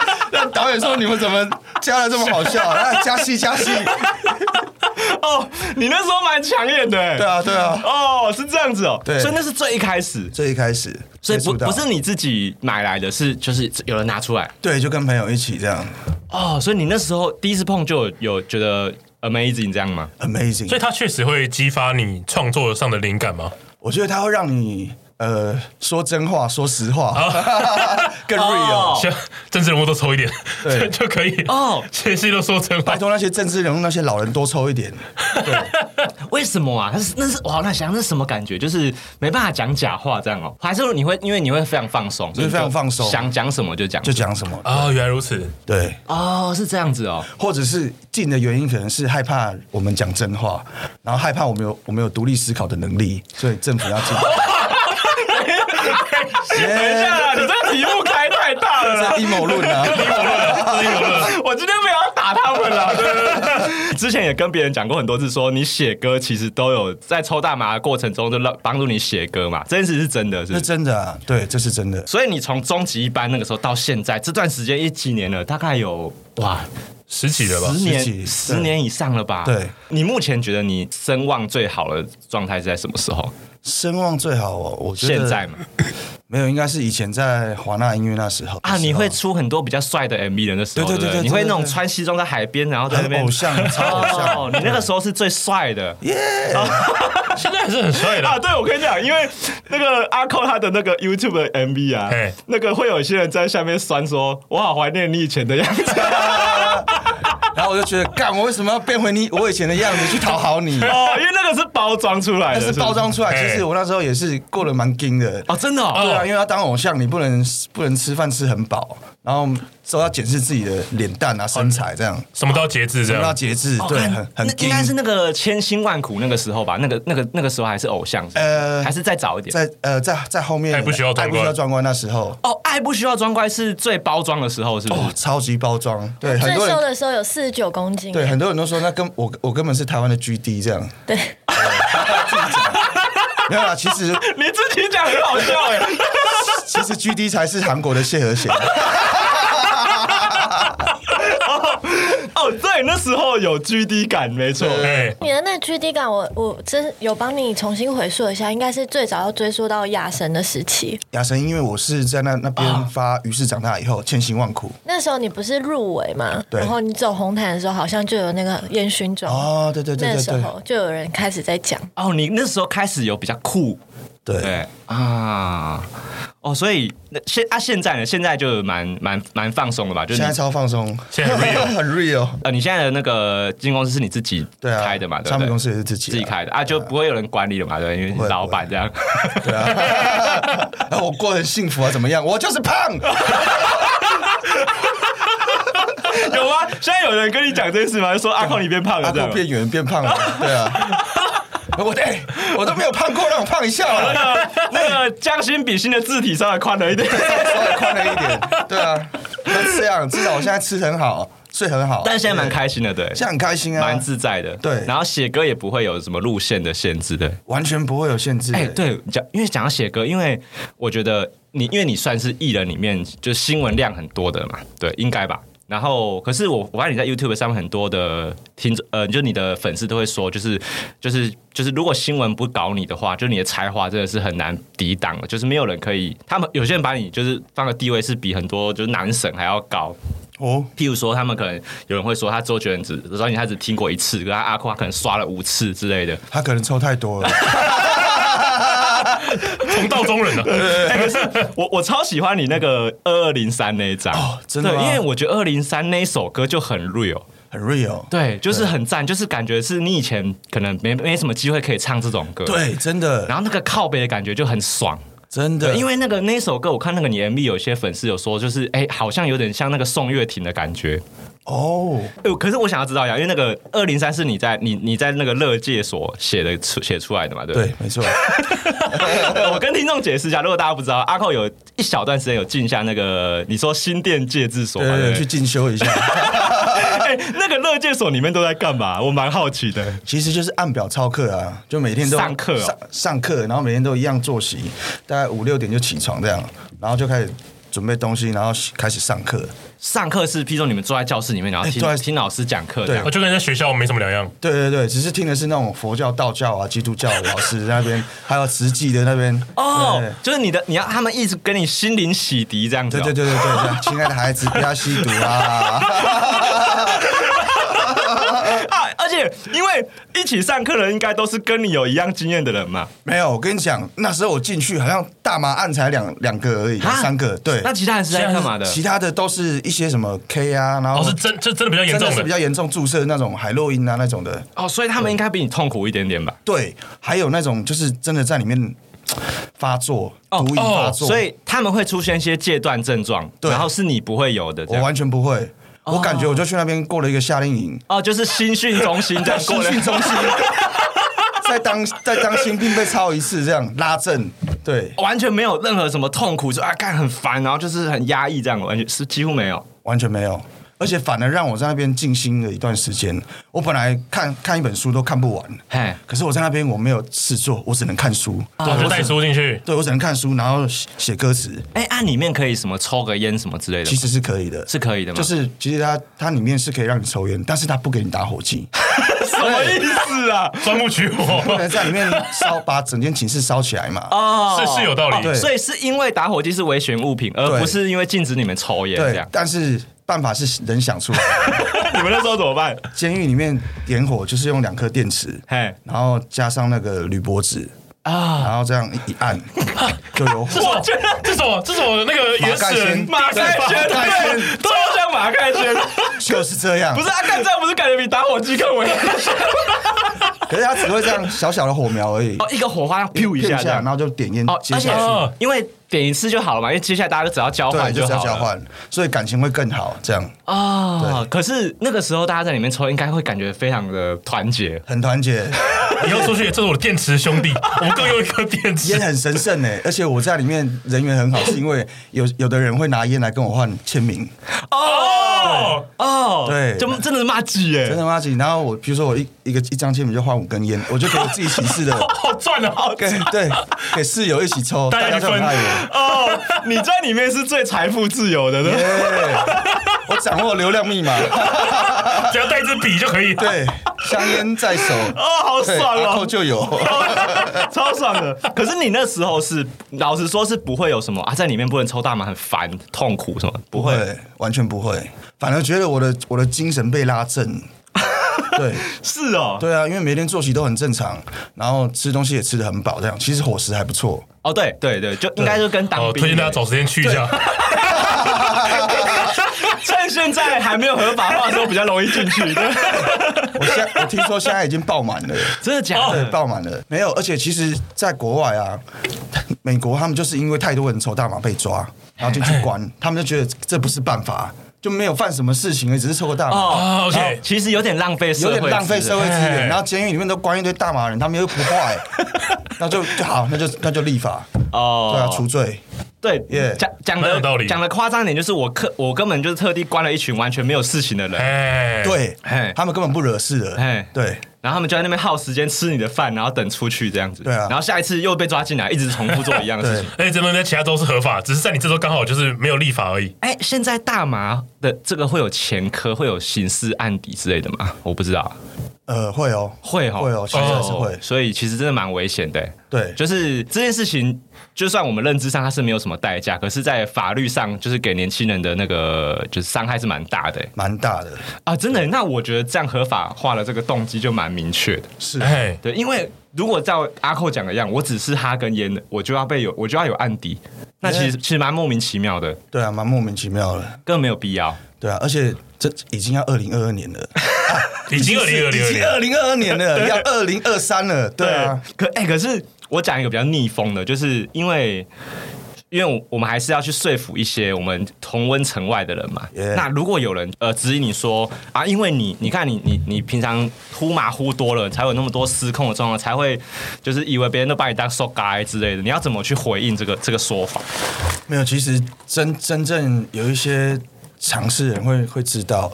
Speaker 3: 那导演说：“你们怎么加的这么 好笑？啊，加戏加戏。
Speaker 1: 哦，你那时候蛮抢眼的，”
Speaker 3: 对。啊，对啊。
Speaker 1: 哦，是这样子哦，
Speaker 3: 对
Speaker 1: 所以那是最一开始，
Speaker 3: 最一开始，
Speaker 1: 所以
Speaker 3: 接
Speaker 1: 不
Speaker 3: 触到
Speaker 1: 不是你自己买来的，是就是有人拿出来
Speaker 3: 对，就跟朋友一起这样
Speaker 1: 哦，所以你那时候第一次碰就有有觉得 amazing 这样吗？
Speaker 5: 所以
Speaker 3: amazing。
Speaker 5: 它确实会激发你创作上的灵感吗？
Speaker 3: 我觉得它会让你呃说真话，说实话， 更 real。
Speaker 1: 哦
Speaker 5: 像政治人物多抽一点，
Speaker 3: 对
Speaker 5: 就可以
Speaker 1: 哦
Speaker 5: 哦。前戏都说真话
Speaker 3: 拜，托那些政治人物、那些老人多抽一点，
Speaker 1: 为什么啊？那是那是哇，那想那是什么感觉？就是没办法讲假话这样哦，还是你会因为你会非常放松，
Speaker 3: 就是非常放松
Speaker 1: 想讲什么就讲
Speaker 3: 就讲什么
Speaker 5: 哦，原来如此。
Speaker 3: 对，
Speaker 1: 哦，是这样子哦，
Speaker 3: 或者是进的原因可能是害怕我们讲真话，然后害怕我们有我们有独立思考的能力，所以政府要 进。
Speaker 1: 等一下啦，你这个题目开太大了啦
Speaker 3: 这！阴谋论啊！
Speaker 1: 我今天没有要打他们啦。对对对 之前也跟别人讲过很多次说你写歌其实都有在抽大麻的过程中就让帮助你写歌嘛，这件事是真的，是不
Speaker 3: 这
Speaker 1: 是。
Speaker 3: 真的啊，对，这是真的。
Speaker 1: 所以你从中级一班那个时候到现在这段时间一几年了，大概有哇
Speaker 5: 十几了吧？
Speaker 1: 十
Speaker 3: 十
Speaker 1: 年
Speaker 3: 几
Speaker 1: 十
Speaker 3: 对
Speaker 1: 年以上了吧？
Speaker 3: 对，
Speaker 1: 你目前觉得你声望最好的状态是在什么时候？
Speaker 3: 声望最好哦，我觉得
Speaker 1: 现在嘛
Speaker 3: 没有，应该是以前在华纳音乐那时候
Speaker 1: 啊，你会
Speaker 3: 时
Speaker 1: 出很多比较帅的 MV 的那时候，
Speaker 3: 对
Speaker 1: 对不
Speaker 3: 对对
Speaker 1: 你
Speaker 3: 对
Speaker 1: 会那种
Speaker 3: 对对对
Speaker 1: 穿西装在海边，然后
Speaker 3: 候
Speaker 1: 在那
Speaker 3: 很
Speaker 1: 边
Speaker 3: 偶像， 超偶
Speaker 1: 哦，
Speaker 3: 像。
Speaker 1: 你那个时候是最帅的。
Speaker 5: 现在还是很帅
Speaker 1: 啊，
Speaker 5: 的。
Speaker 1: 对，我跟你讲，因为那个阿寇他的那个 YouTube 的 MV 啊
Speaker 5: 嘿，
Speaker 1: 那个会有一些人在下面酸说：“我好怀念你以前的样子。
Speaker 3: 然后我就觉得，干，我为什么要变回你我以前的样子去讨好 你”？
Speaker 1: 哦，因为那个是包装出来
Speaker 3: 但
Speaker 1: 的，
Speaker 3: 是
Speaker 1: 不
Speaker 3: 包装出来，
Speaker 5: 哎
Speaker 3: 其实我那时候也是过得蛮惊的。
Speaker 1: 哦，真的哦，
Speaker 3: 对啊，因为要当偶像，你不能不能吃饭吃很饱，然后都要检视自己的脸蛋啊、身材这样，
Speaker 5: 什么都要节制，这
Speaker 3: 要
Speaker 5: 样。
Speaker 3: 节制。
Speaker 1: 哦
Speaker 3: 对，
Speaker 1: 看
Speaker 3: 很很
Speaker 1: 那应
Speaker 3: 惊。
Speaker 1: 该是那个千辛万苦那个时候吧，那个那个那个时候还是偶像，呃，
Speaker 3: 呃
Speaker 1: 还是再早一点。
Speaker 3: 在呃在在后面，
Speaker 5: 爱不需要
Speaker 3: 爱
Speaker 5: 装
Speaker 3: 不需要
Speaker 5: 乖
Speaker 3: 装乖那时候，
Speaker 1: 哦，爱不需要装乖是最包装的时候，是不是？
Speaker 3: 哦，超级包装。对，很
Speaker 2: 最
Speaker 3: 多人
Speaker 2: 瘦的时候有四十九公斤，
Speaker 3: 对，很多人都说那根我我根本是台湾的 GD 这样，
Speaker 2: 对，
Speaker 3: 没有啦，啊其实
Speaker 1: 你自己讲很好笑哎，
Speaker 3: 其实 GD 才是韩国的谢和弦，
Speaker 1: 哦，对，那时候有 GD 感，没错。
Speaker 5: 哎，
Speaker 2: 你的那 GD 感我，我真有帮你重新回溯一下，应该是最早要追溯到亚神的时期。
Speaker 3: 亚神，因为我是在那那边发《于是长大以后》，千辛万苦。
Speaker 2: 那时候你不是入围嘛，
Speaker 3: 对
Speaker 2: 然后你走红毯的时候，好像就有那个烟熏妆。
Speaker 3: 哦，对对对
Speaker 2: 那
Speaker 3: 对
Speaker 2: 时
Speaker 3: 对
Speaker 2: 候就有人开始在讲，
Speaker 1: 哦，你那时候开始有比较酷，
Speaker 3: 对，
Speaker 1: 对啊，哦，所以那现啊现在呢，现在就蛮蛮蛮放松的吧，就是
Speaker 3: 现在
Speaker 1: 你
Speaker 3: 超放松，
Speaker 5: 现在很 real
Speaker 3: 很 real。
Speaker 1: 呃，你现在的那个经纪公司是你自己
Speaker 3: 对啊，
Speaker 1: 开的嘛，对不
Speaker 3: 唱
Speaker 1: 对？
Speaker 3: 片公司也是自己啊
Speaker 1: 自己，开的啊，就不会有人管理了嘛，对不对，因为你
Speaker 3: 不
Speaker 1: 是
Speaker 3: 会
Speaker 1: 老板这样。
Speaker 3: 对 啊。然后我过得很幸福啊，怎么样？我就是胖。
Speaker 1: 有吗？现在有人跟你讲这件 事吗？就说啊阿空你变胖
Speaker 3: 阿
Speaker 1: 了，这
Speaker 3: 阔
Speaker 1: 样吗。
Speaker 3: 啊变圆变胖了，对啊。我哎、我都没有胖过，让我胖一下嘛，
Speaker 1: 那个将心比心的字体稍微宽了一点。
Speaker 3: 稍微宽了一点，对啊。那这样，至少我现在吃很好，睡很好，
Speaker 1: 但是现在蛮，开心的，对，
Speaker 3: 现在很开心 啊，
Speaker 1: 蛮自在的，
Speaker 3: 对
Speaker 1: 然后写歌也不会有什么路线的限制，对。
Speaker 3: 完全不会有限制。
Speaker 1: 哎、，对，讲因为讲到写歌，因为我觉得你，因为你算是艺人里面就是新闻量很多的嘛，对，应该吧。然后，可是我我发现你在 YouTube 上面很多的听众，呃，就你的粉丝都会说，就是就是就是，如果新闻不搞你的话，就你的才华真的是很难抵挡的，就是没有人可以，他们有些人把你就是放的地位是比很多就是男神还要高，
Speaker 3: 哦，
Speaker 1: 譬如说，他们可能有人会说他周杰伦只，专辑他只听过一次，跟他阿夸可能刷了五次之类的。
Speaker 3: 他可能抽太多了，
Speaker 5: 同道中人啊了。
Speaker 1: 哎可是我我超喜欢你那个二二零三那一张，
Speaker 3: 哦真的
Speaker 1: 对，
Speaker 3: 吗
Speaker 1: 因为我觉得二零三那一首歌就很 real。
Speaker 3: 很 real。
Speaker 1: 对，就是很赞，就是感觉是你以前可能没没什么机会可以唱这种歌，。
Speaker 3: 对，真的
Speaker 1: 然，后那个靠背的感觉就很爽，
Speaker 3: 真的，
Speaker 1: 对，因为那个那首歌，我看那个你 MV 有些粉丝有说，就是哎、好像有点像那个宋岳庭的感觉，
Speaker 3: 哦，
Speaker 1: 哎、可是我想要知道一下，因为那个二零三是你在你你在那个乐界所写的出写出来的嘛，对不
Speaker 3: 对，没错，
Speaker 1: 对？我跟听众解释一下，如果大家不知道，阿寇有一小段时间有进一下那个你说新店戒指所
Speaker 3: 对
Speaker 1: 嘛，
Speaker 3: 对
Speaker 1: 对
Speaker 3: 对，
Speaker 1: 不
Speaker 3: 去
Speaker 1: 对？
Speaker 3: 进修一下，
Speaker 1: 哎、那个乐界所里面都在干嘛？我蛮好奇的。
Speaker 3: 其实就是按表操课啊，就每天都
Speaker 1: 上课哦
Speaker 3: 上上课，然后每天都一样作息，大概五六点就起床这样，然后就开始准备东西，然后开始上课。
Speaker 1: 上课是，譬如说你们坐在教室里面，然后
Speaker 3: 哎
Speaker 1: 听、
Speaker 3: 对
Speaker 1: 听老师讲课这样
Speaker 5: 我。就跟在学校没什么两样，
Speaker 3: 对对对，只是听的是那种佛教、道教啊、基督教的老师在那边，还有慈济的那边。
Speaker 1: 哦，就是你的，你要他们一直跟你心灵洗涤这样子、哦
Speaker 3: 对对对对对对，这样亲爱的孩子，不要吸毒啊！
Speaker 1: 对。 啊，而且因为一起上课的人应该都是跟你有一样经验的人嘛。
Speaker 3: 没有，我跟你讲，那时候我进去好像大麻案才两两个而已，
Speaker 1: 啊
Speaker 3: 三个对，
Speaker 1: 那其他人是在干嘛的？
Speaker 3: 其他的都是一些什么 K 啊，然后
Speaker 5: 哦，是真这真的比较严
Speaker 3: 真
Speaker 5: 重
Speaker 3: 的是比
Speaker 5: 的。
Speaker 3: 较严重注射那种海洛因啊那种的。
Speaker 1: 哦，所以他们应该比你痛苦一点点吧？
Speaker 3: 对，还有那种就是真的在里面发作，毒瘾发作，
Speaker 1: 哦所以他们会出现一些戒断症状，
Speaker 3: 对
Speaker 1: 然后是你不会有的这
Speaker 3: 我
Speaker 1: 样。
Speaker 3: 完全不会。我感觉我就去那边过了一个夏令营，
Speaker 1: 哦，就是新训中心这
Speaker 3: 在
Speaker 1: 样过
Speaker 3: 新
Speaker 1: 来
Speaker 3: 训中心，在当在当新兵被操一次，这样拉正，对，
Speaker 1: 完全没有任何什么痛苦，就啊干很烦，然后就是很压抑这样，完全是几乎没有。
Speaker 3: 完全没有。而且反而让我在那边静心了一段时间。我本来看看一本书都看不完，
Speaker 1: 嘿，
Speaker 3: 可是我在那边我没有事做，我只能看书。
Speaker 1: 啊
Speaker 5: 对，就带书进去，
Speaker 3: 对，我只能看书，然后写写歌词，
Speaker 1: 哎，按、里面可以什么抽个烟什么之类的
Speaker 3: 其
Speaker 1: 吗，
Speaker 3: 实是可以的，
Speaker 1: 是可以的吗？
Speaker 3: 就是其实它它里面是可以让你抽烟，但是它不给你打 火机，
Speaker 1: 什么意思啊？
Speaker 5: 钻木取
Speaker 3: 不
Speaker 5: 火，
Speaker 3: 能在里面烧，把整间寝室烧起来嘛。
Speaker 1: 哦，
Speaker 5: 是是有道理。
Speaker 3: 对
Speaker 1: 所以是因为打火机是危险物品，而
Speaker 3: 对
Speaker 1: 不是因为禁止你们抽烟这
Speaker 3: 对
Speaker 1: 样，。
Speaker 3: 但是办法是人想出来的。
Speaker 1: 你们那时候怎么办？
Speaker 3: 监狱里面点火就是用两颗电池，
Speaker 1: 嘿
Speaker 3: 然后加上那个铝箔纸啊，然后这样一 按就有火。
Speaker 5: 哇，这这种这种那个原始人
Speaker 1: 马
Speaker 5: 盖
Speaker 1: 盖轩，
Speaker 3: 马盖轩
Speaker 1: 对，都要像马盖轩。
Speaker 3: 就是这样，
Speaker 1: 不是啊，干这样不是感觉比打火机更危险？
Speaker 3: 可是它只会这样小小的火苗而已，
Speaker 1: 哦，一个火花
Speaker 3: 一
Speaker 1: 咻一下这样
Speaker 3: 然。后就点烟
Speaker 1: 哦，
Speaker 3: 接
Speaker 1: 而且
Speaker 3: 下去，
Speaker 1: 因为点一次就好了嘛，因为接下来大家就只要交
Speaker 3: 对，
Speaker 1: 换
Speaker 3: 就是
Speaker 1: 好
Speaker 3: 要
Speaker 1: 了。
Speaker 3: 交换，所以感情会更好，这样
Speaker 1: 哦，可是那个时候大家在里面抽，应该会感觉非常的团结。
Speaker 3: 很团结。
Speaker 5: 以后出去，这是我的电池兄弟，我们各用一颗电池
Speaker 3: 烟。很神圣哎，而且我在里面人缘很好，是因为有有的人会拿烟来跟我换签名，
Speaker 5: 哦，
Speaker 1: 哦，
Speaker 3: 对
Speaker 1: 就真的是骂鸡耶
Speaker 3: 真，的吗？姐，然后我比如说我一一个一张签名就换五根烟，我就给我自己寝室的
Speaker 5: 好赚哦！
Speaker 3: 给对给室友一起抽，
Speaker 5: 大
Speaker 3: 大
Speaker 5: 家
Speaker 3: 家
Speaker 5: 一
Speaker 3: 就
Speaker 5: 分
Speaker 3: 很爱我。
Speaker 1: 哦，你在里面是最财富自由的，对不对
Speaker 3: 耶我掌握流量密码，
Speaker 5: 只要带支笔就可以。哦
Speaker 3: 对，香烟在手，
Speaker 1: 哦，好
Speaker 3: 对，
Speaker 1: 爽
Speaker 3: 阿
Speaker 1: 哦
Speaker 3: 扣！就有。 啊
Speaker 1: 超爽的。可是你那时候是，老实说是不会有什么啊，在里面不能抽大麻，很烦、痛苦什么，不
Speaker 3: 不
Speaker 1: 会。
Speaker 3: 会，完全不会，反而觉得我的我的精神被拉正。对
Speaker 1: 是哦，
Speaker 3: 对啊，因为每天作息都很正常，然后吃东西也吃的很饱，这样其实伙食还不错。
Speaker 1: 哦，对对对，就应该就跟当
Speaker 5: 哦，
Speaker 1: 兵。
Speaker 5: 推荐大家找时间去一下。
Speaker 1: 趁现在还没有合法化的时候比较容易进去。 对
Speaker 3: 我现在我听说现在已经爆满了，
Speaker 1: 真的假
Speaker 3: 对，
Speaker 1: 的？
Speaker 3: 爆满了。没有，而且其实，在国外啊，美国他们就是因为太多人抽大麻被抓，然后进去关，他们就觉得这不是办法，就没有犯什么事情，只是抽个大麻。
Speaker 5: 啊，OK
Speaker 1: 好哦其实有点浪费社
Speaker 3: 有
Speaker 1: 会，
Speaker 3: 点浪费社会资
Speaker 5: 哎
Speaker 3: 源，然后监狱里面都关一堆大麻人，他们又不坏，那就就好，那就那就立法，对啊，
Speaker 1: 哦。
Speaker 3: 除罪。
Speaker 1: 对，
Speaker 3: Yeah
Speaker 1: 讲讲
Speaker 5: 蛮有
Speaker 1: 的
Speaker 5: 道理
Speaker 1: 讲的夸张一点，就是我克我根本就是特地关了一群完全没有事情的人，
Speaker 5: 哎，
Speaker 3: 对
Speaker 1: 嘿，
Speaker 3: 他们根本不惹事的
Speaker 1: 嘿。
Speaker 3: 对，
Speaker 1: 然后他们就在那边耗时间吃你的饭，然后等出去这样子。
Speaker 3: 对啊
Speaker 1: 然后下一次又被抓进来，一直重复做一样的 事情。
Speaker 5: 而且哎这东西在其他州是合法，只是在你这州刚好就是没有立法而已。
Speaker 1: 哎，现在大麻的这个会有前科，会有刑事案底之类的吗？我不知道，
Speaker 3: 呃，会哦，
Speaker 1: 会哦，
Speaker 3: 会哦，现在是会
Speaker 1: 哦。所以其实真的蛮危险的。
Speaker 3: 对
Speaker 1: 就是这件事情，就算我们认知上它是没有什么代价，可是，在法律上，就是给年轻人的那个就是伤害是蛮大的
Speaker 3: 蛮大的，
Speaker 1: 啊！真的，那我觉得这样合法化的这个动机就蛮明确的。
Speaker 3: 是
Speaker 5: 哎，
Speaker 1: 对，因为如果照阿寇讲的样，我只是哈根烟的，我就要被有，我就要有案底，那其实其实蛮莫名其妙的，
Speaker 3: 对啊，蛮莫名其妙的，
Speaker 1: 更没有必要。
Speaker 3: 对啊，而且这已经要二零二二年了，
Speaker 5: 已经二零二零二
Speaker 3: 已
Speaker 5: 零
Speaker 3: 经，二零二二年 了，要二零二三了，对啊，，
Speaker 1: 可哎、可是我讲一个比较逆风的，就是因为。因为我们还是要去说服一些我们同温层外的人嘛。
Speaker 3: Yeah
Speaker 1: 那如果有人呃质疑你说啊，因为你你看你你你平常呼麻呼多了，才有那么多失控的状况，才会就是以为别人都把你当瘦该之类的，你要怎么去回应这个这个说法？
Speaker 3: 没有，其实真真正有一些尝试人会会知道，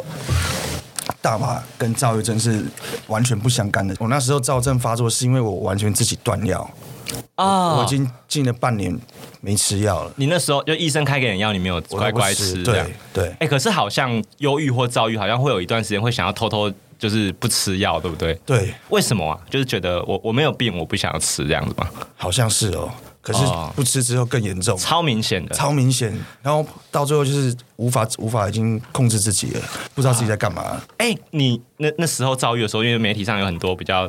Speaker 3: 大麻跟躁郁症是完全不相干的。我那时候躁症发作是因为我完全自己断药，
Speaker 1: 啊
Speaker 3: 我已经禁了半年没吃药了，
Speaker 1: 你那时候就医生开给你药，你没有
Speaker 3: 我都不
Speaker 1: 乖乖吃，这样
Speaker 3: 对。对
Speaker 1: 哎、，可是好像忧郁或躁郁，好像会有一段时间会想要偷偷就是不吃药，对不对？
Speaker 3: 对，
Speaker 1: 为什么啊？就是觉得我我没有病，我不想要吃这样子嘛，
Speaker 3: 好像是哦。可是
Speaker 1: 哦
Speaker 3: 不吃之后更严重，
Speaker 1: 超明显的。
Speaker 3: 超明显。然后到最后就是无法无法已经控制自己了，不知道自己在干嘛。
Speaker 1: 哎、你那那时候遭遇的时候，因为媒体上有很多比较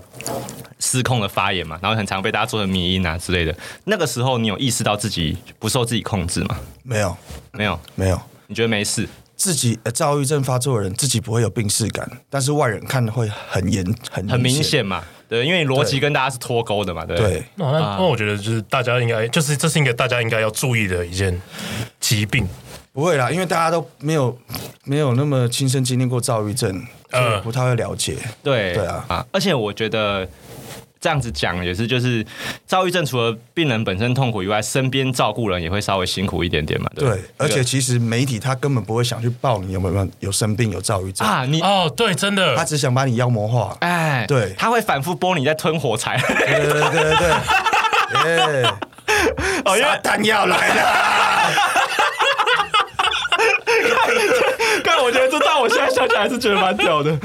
Speaker 1: 失控的发言嘛，然后很常被大家做成迷因啊之类的。那个时候你有意识到自己不受自己控制吗？
Speaker 3: 没有
Speaker 1: 没有，
Speaker 3: 没有，
Speaker 1: 你觉得没事？
Speaker 3: 自己呃躁郁症发作的人自己不会有病视感，但是外人看会很严很
Speaker 1: 很明。显嘛，对，因为逻辑跟大家是脱钩的嘛，对不对？
Speaker 3: 对，
Speaker 5: 那哦那
Speaker 1: 啊
Speaker 5: 那我觉得就是大家应该就是这是一个大家应该要注意的一件疾病。
Speaker 3: 不会啦，因为大家都没有没有那么亲身经历过躁郁症，
Speaker 5: 嗯
Speaker 3: 所以不太会了解。
Speaker 1: 对
Speaker 3: 对啊
Speaker 1: 而且我觉得这样子讲也是，就是躁郁症除了病人本身痛苦以外，身边照顾人也会稍微辛苦一点点嘛。对不
Speaker 3: 对
Speaker 1: 对，，
Speaker 3: 而且
Speaker 1: 这
Speaker 3: 其实媒体他根本不会想去报你有没有有生病有躁郁
Speaker 1: 个
Speaker 3: 症，
Speaker 1: 啊，你啊
Speaker 5: 哦，对，真
Speaker 3: 他
Speaker 5: 的，
Speaker 3: 只想把你妖魔化。
Speaker 1: 哎，
Speaker 3: 对
Speaker 1: 他会反复剥你在吞火柴，
Speaker 3: 对对对对对，耶，
Speaker 1: 哦，因为
Speaker 3: 撒旦要来了，
Speaker 1: 但我觉得这段我现在想起来是觉得蛮屌的，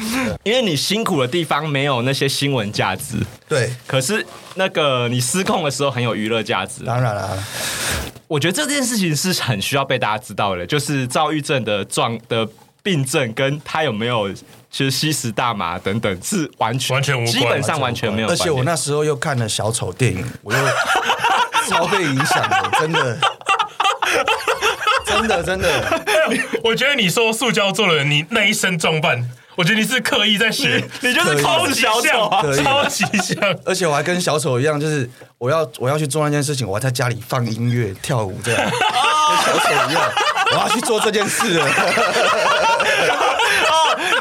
Speaker 1: 因为你辛苦的地方没有那些新闻价值，
Speaker 3: 对，
Speaker 1: 可是那个你失控的时候很有娱乐价值。
Speaker 3: 当然啦，
Speaker 1: 我觉得这件事情是很需要被大家知道的，就是躁郁症的状的病症跟他有没有其实吸食大麻等等是完全
Speaker 5: 完全无关
Speaker 1: 基本上完全没有
Speaker 3: 而
Speaker 1: 关联。
Speaker 3: 且我那时候又看了小丑电影，我又超被影响的，真的，真的真的，
Speaker 5: 我觉得你说塑胶做人，你那一身装扮，我觉得你是刻意在学，
Speaker 1: 你 就是抠子小丑啊，
Speaker 3: 可以
Speaker 5: 超级像。
Speaker 3: 而且我还跟小丑一样，就是我要我要去做那件事情，我还在家里放音乐跳舞这样，跟小丑一样，我要去做这件事了。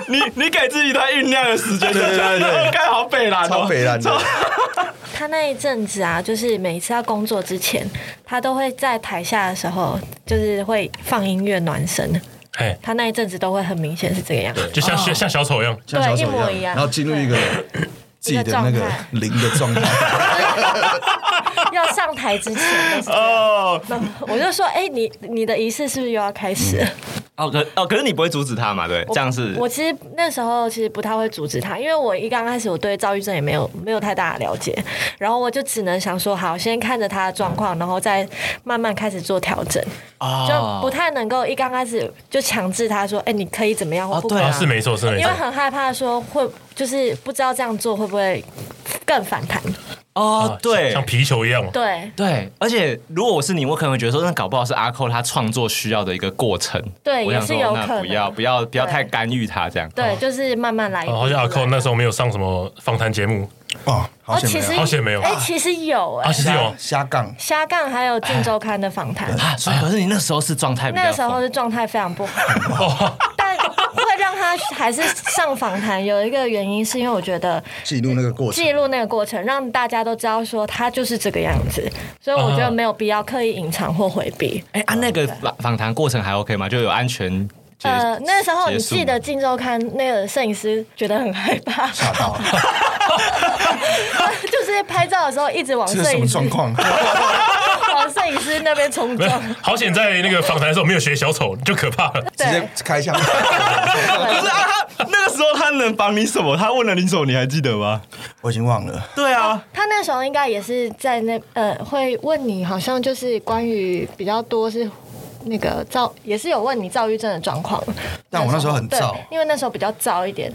Speaker 1: 你你给自己一段酝酿的时间，
Speaker 3: 对对对对
Speaker 1: 刚好北蓝哦，
Speaker 3: 超北蓝的
Speaker 1: 超
Speaker 2: 他那一阵子啊，就是每一次要工作之前，他都会在台下的时候，就是会放音乐暖身。
Speaker 5: 哎，
Speaker 2: 他那一阵子都会很明显是这个样子。
Speaker 5: 就像
Speaker 1: 哦
Speaker 5: 像像小丑一样，
Speaker 3: 像小
Speaker 2: 对一
Speaker 3: 丑
Speaker 2: 模
Speaker 3: 一
Speaker 2: 一
Speaker 3: 样，
Speaker 2: 样
Speaker 3: 然后进入一个自己的那
Speaker 2: 一个
Speaker 3: 个
Speaker 2: 状态
Speaker 3: 零的状态。
Speaker 2: 要上台之前，
Speaker 1: 哦
Speaker 2: 那我就说：“哎、你你的仪式是不是又要开始了？”
Speaker 1: 哦，可哦，可是你不会阻止他嘛？对，这样是
Speaker 2: 我其实那时候其实不太会阻止他，因为我一刚开始我对躁郁症也没有没有太大的了解，然后我就只能想说，好，先看着他的状况，然后再慢慢开始做调整，
Speaker 5: 哦
Speaker 1: 啊
Speaker 2: 就不太能够一刚开始就强制他说，哎、你可以怎么样或不可以
Speaker 1: 对
Speaker 5: 啊，
Speaker 1: 啊
Speaker 5: 是没错，是没
Speaker 2: 因为
Speaker 5: 错。
Speaker 2: 很害怕说会就是不知道这样做会不会更反弹，
Speaker 1: 哦
Speaker 5: 啊，
Speaker 1: 对
Speaker 5: 像。皮球一样嘛。
Speaker 2: 对
Speaker 1: 对，而且如果我是你，我可能会觉得说，那搞不好是阿寇他创作需要的一个过程。
Speaker 2: 对
Speaker 1: 我想
Speaker 2: 也
Speaker 1: 说
Speaker 2: 是有
Speaker 1: 那
Speaker 2: 可能
Speaker 1: 不要不要不要
Speaker 2: 对
Speaker 1: 太干预他这样。
Speaker 2: 对，就是慢慢来。
Speaker 5: 哦，好像阿寇那时候没有上什么访谈节目
Speaker 3: 哦，好
Speaker 2: 哦，
Speaker 3: 险
Speaker 2: 其
Speaker 3: 没
Speaker 2: 实
Speaker 3: 有
Speaker 5: 好险没有
Speaker 2: 哎、其实有哎、
Speaker 5: 啊，其实有
Speaker 3: 瞎瞎杠，
Speaker 2: 虾杠还有《镜周刊》的访 谈，
Speaker 1: 啊，所以可是你那时候是状态比较
Speaker 2: 那
Speaker 1: 疯，
Speaker 2: 个时候的状态非常不好，但会让他还是上访谈。有一个原因是因为我觉得
Speaker 3: 记录那个过程
Speaker 2: 记录那个过程，让大家都知道说他就是这个样子，所以我觉得没有必要刻意隐藏或回避。
Speaker 1: 哎啊，那个访访谈过程还 OK 吗？就有安全结
Speaker 2: 呃，那时候你
Speaker 1: 结束
Speaker 2: 记得《
Speaker 1: 吗
Speaker 2: 镜周刊》那个摄影师觉得很害怕，
Speaker 3: 吓到，
Speaker 2: 就是拍照的时候一直往
Speaker 3: 这是
Speaker 2: 摄
Speaker 3: 什
Speaker 2: 影
Speaker 3: 么
Speaker 2: 师
Speaker 3: 状况？
Speaker 2: 往摄影师那边冲
Speaker 5: 没有
Speaker 2: 撞，
Speaker 5: 好险在那个访谈的时候没有学小丑，就可怕了。
Speaker 3: 直
Speaker 2: 对
Speaker 3: 接。开枪，
Speaker 1: 不是啊，他那个时候他能帮你什么？他问了你什么？你还记得吗？
Speaker 3: 我已经忘了。
Speaker 1: 对啊，
Speaker 2: 他那时候应该也是在那呃，会问你，好像就是关于比较多是那个躁，也是有问你躁郁症的状况。
Speaker 3: 但我那时候很躁
Speaker 2: 对因为那时候比较躁一点，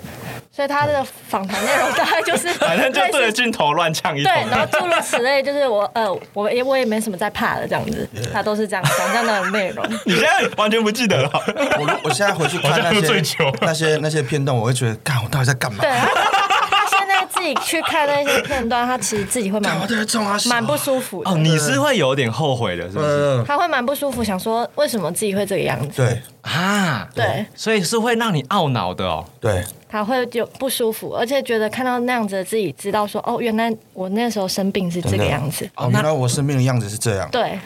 Speaker 2: 所以他的访谈内容大概就是
Speaker 1: 反正就对着
Speaker 2: 类似
Speaker 1: 镜头乱呛一
Speaker 2: 对
Speaker 1: 通。，
Speaker 2: 然后诸如此类，就是我呃，我也我也没什么在怕的这样子，他都是这样讲这样的内容。
Speaker 1: 你现在完全不记得了，
Speaker 3: 我如我现在回去看那
Speaker 5: 好像喝醉
Speaker 3: 些
Speaker 5: 酒
Speaker 3: 那些那些片段，我会觉得，干，我到底在干嘛
Speaker 2: 对，？他他现在自己去看那些片段，他其实自己会蛮
Speaker 3: 我在冲啊，
Speaker 2: 蛮不舒服的
Speaker 1: 哦，你是会有点后悔的，是不是？
Speaker 3: 呃，
Speaker 2: 他会蛮不舒服，想说为什么自己会这个样子？
Speaker 3: 对
Speaker 1: 啊，
Speaker 2: 对，
Speaker 1: 所以是会让你懊恼的哦。
Speaker 3: 对，
Speaker 2: 他会有不舒服，而且觉得看到那样子的自己，知道说哦，原来我那时候生病是这个样子。
Speaker 6: 啊
Speaker 3: 哦，原来我生病的样子是这样。
Speaker 2: 对啊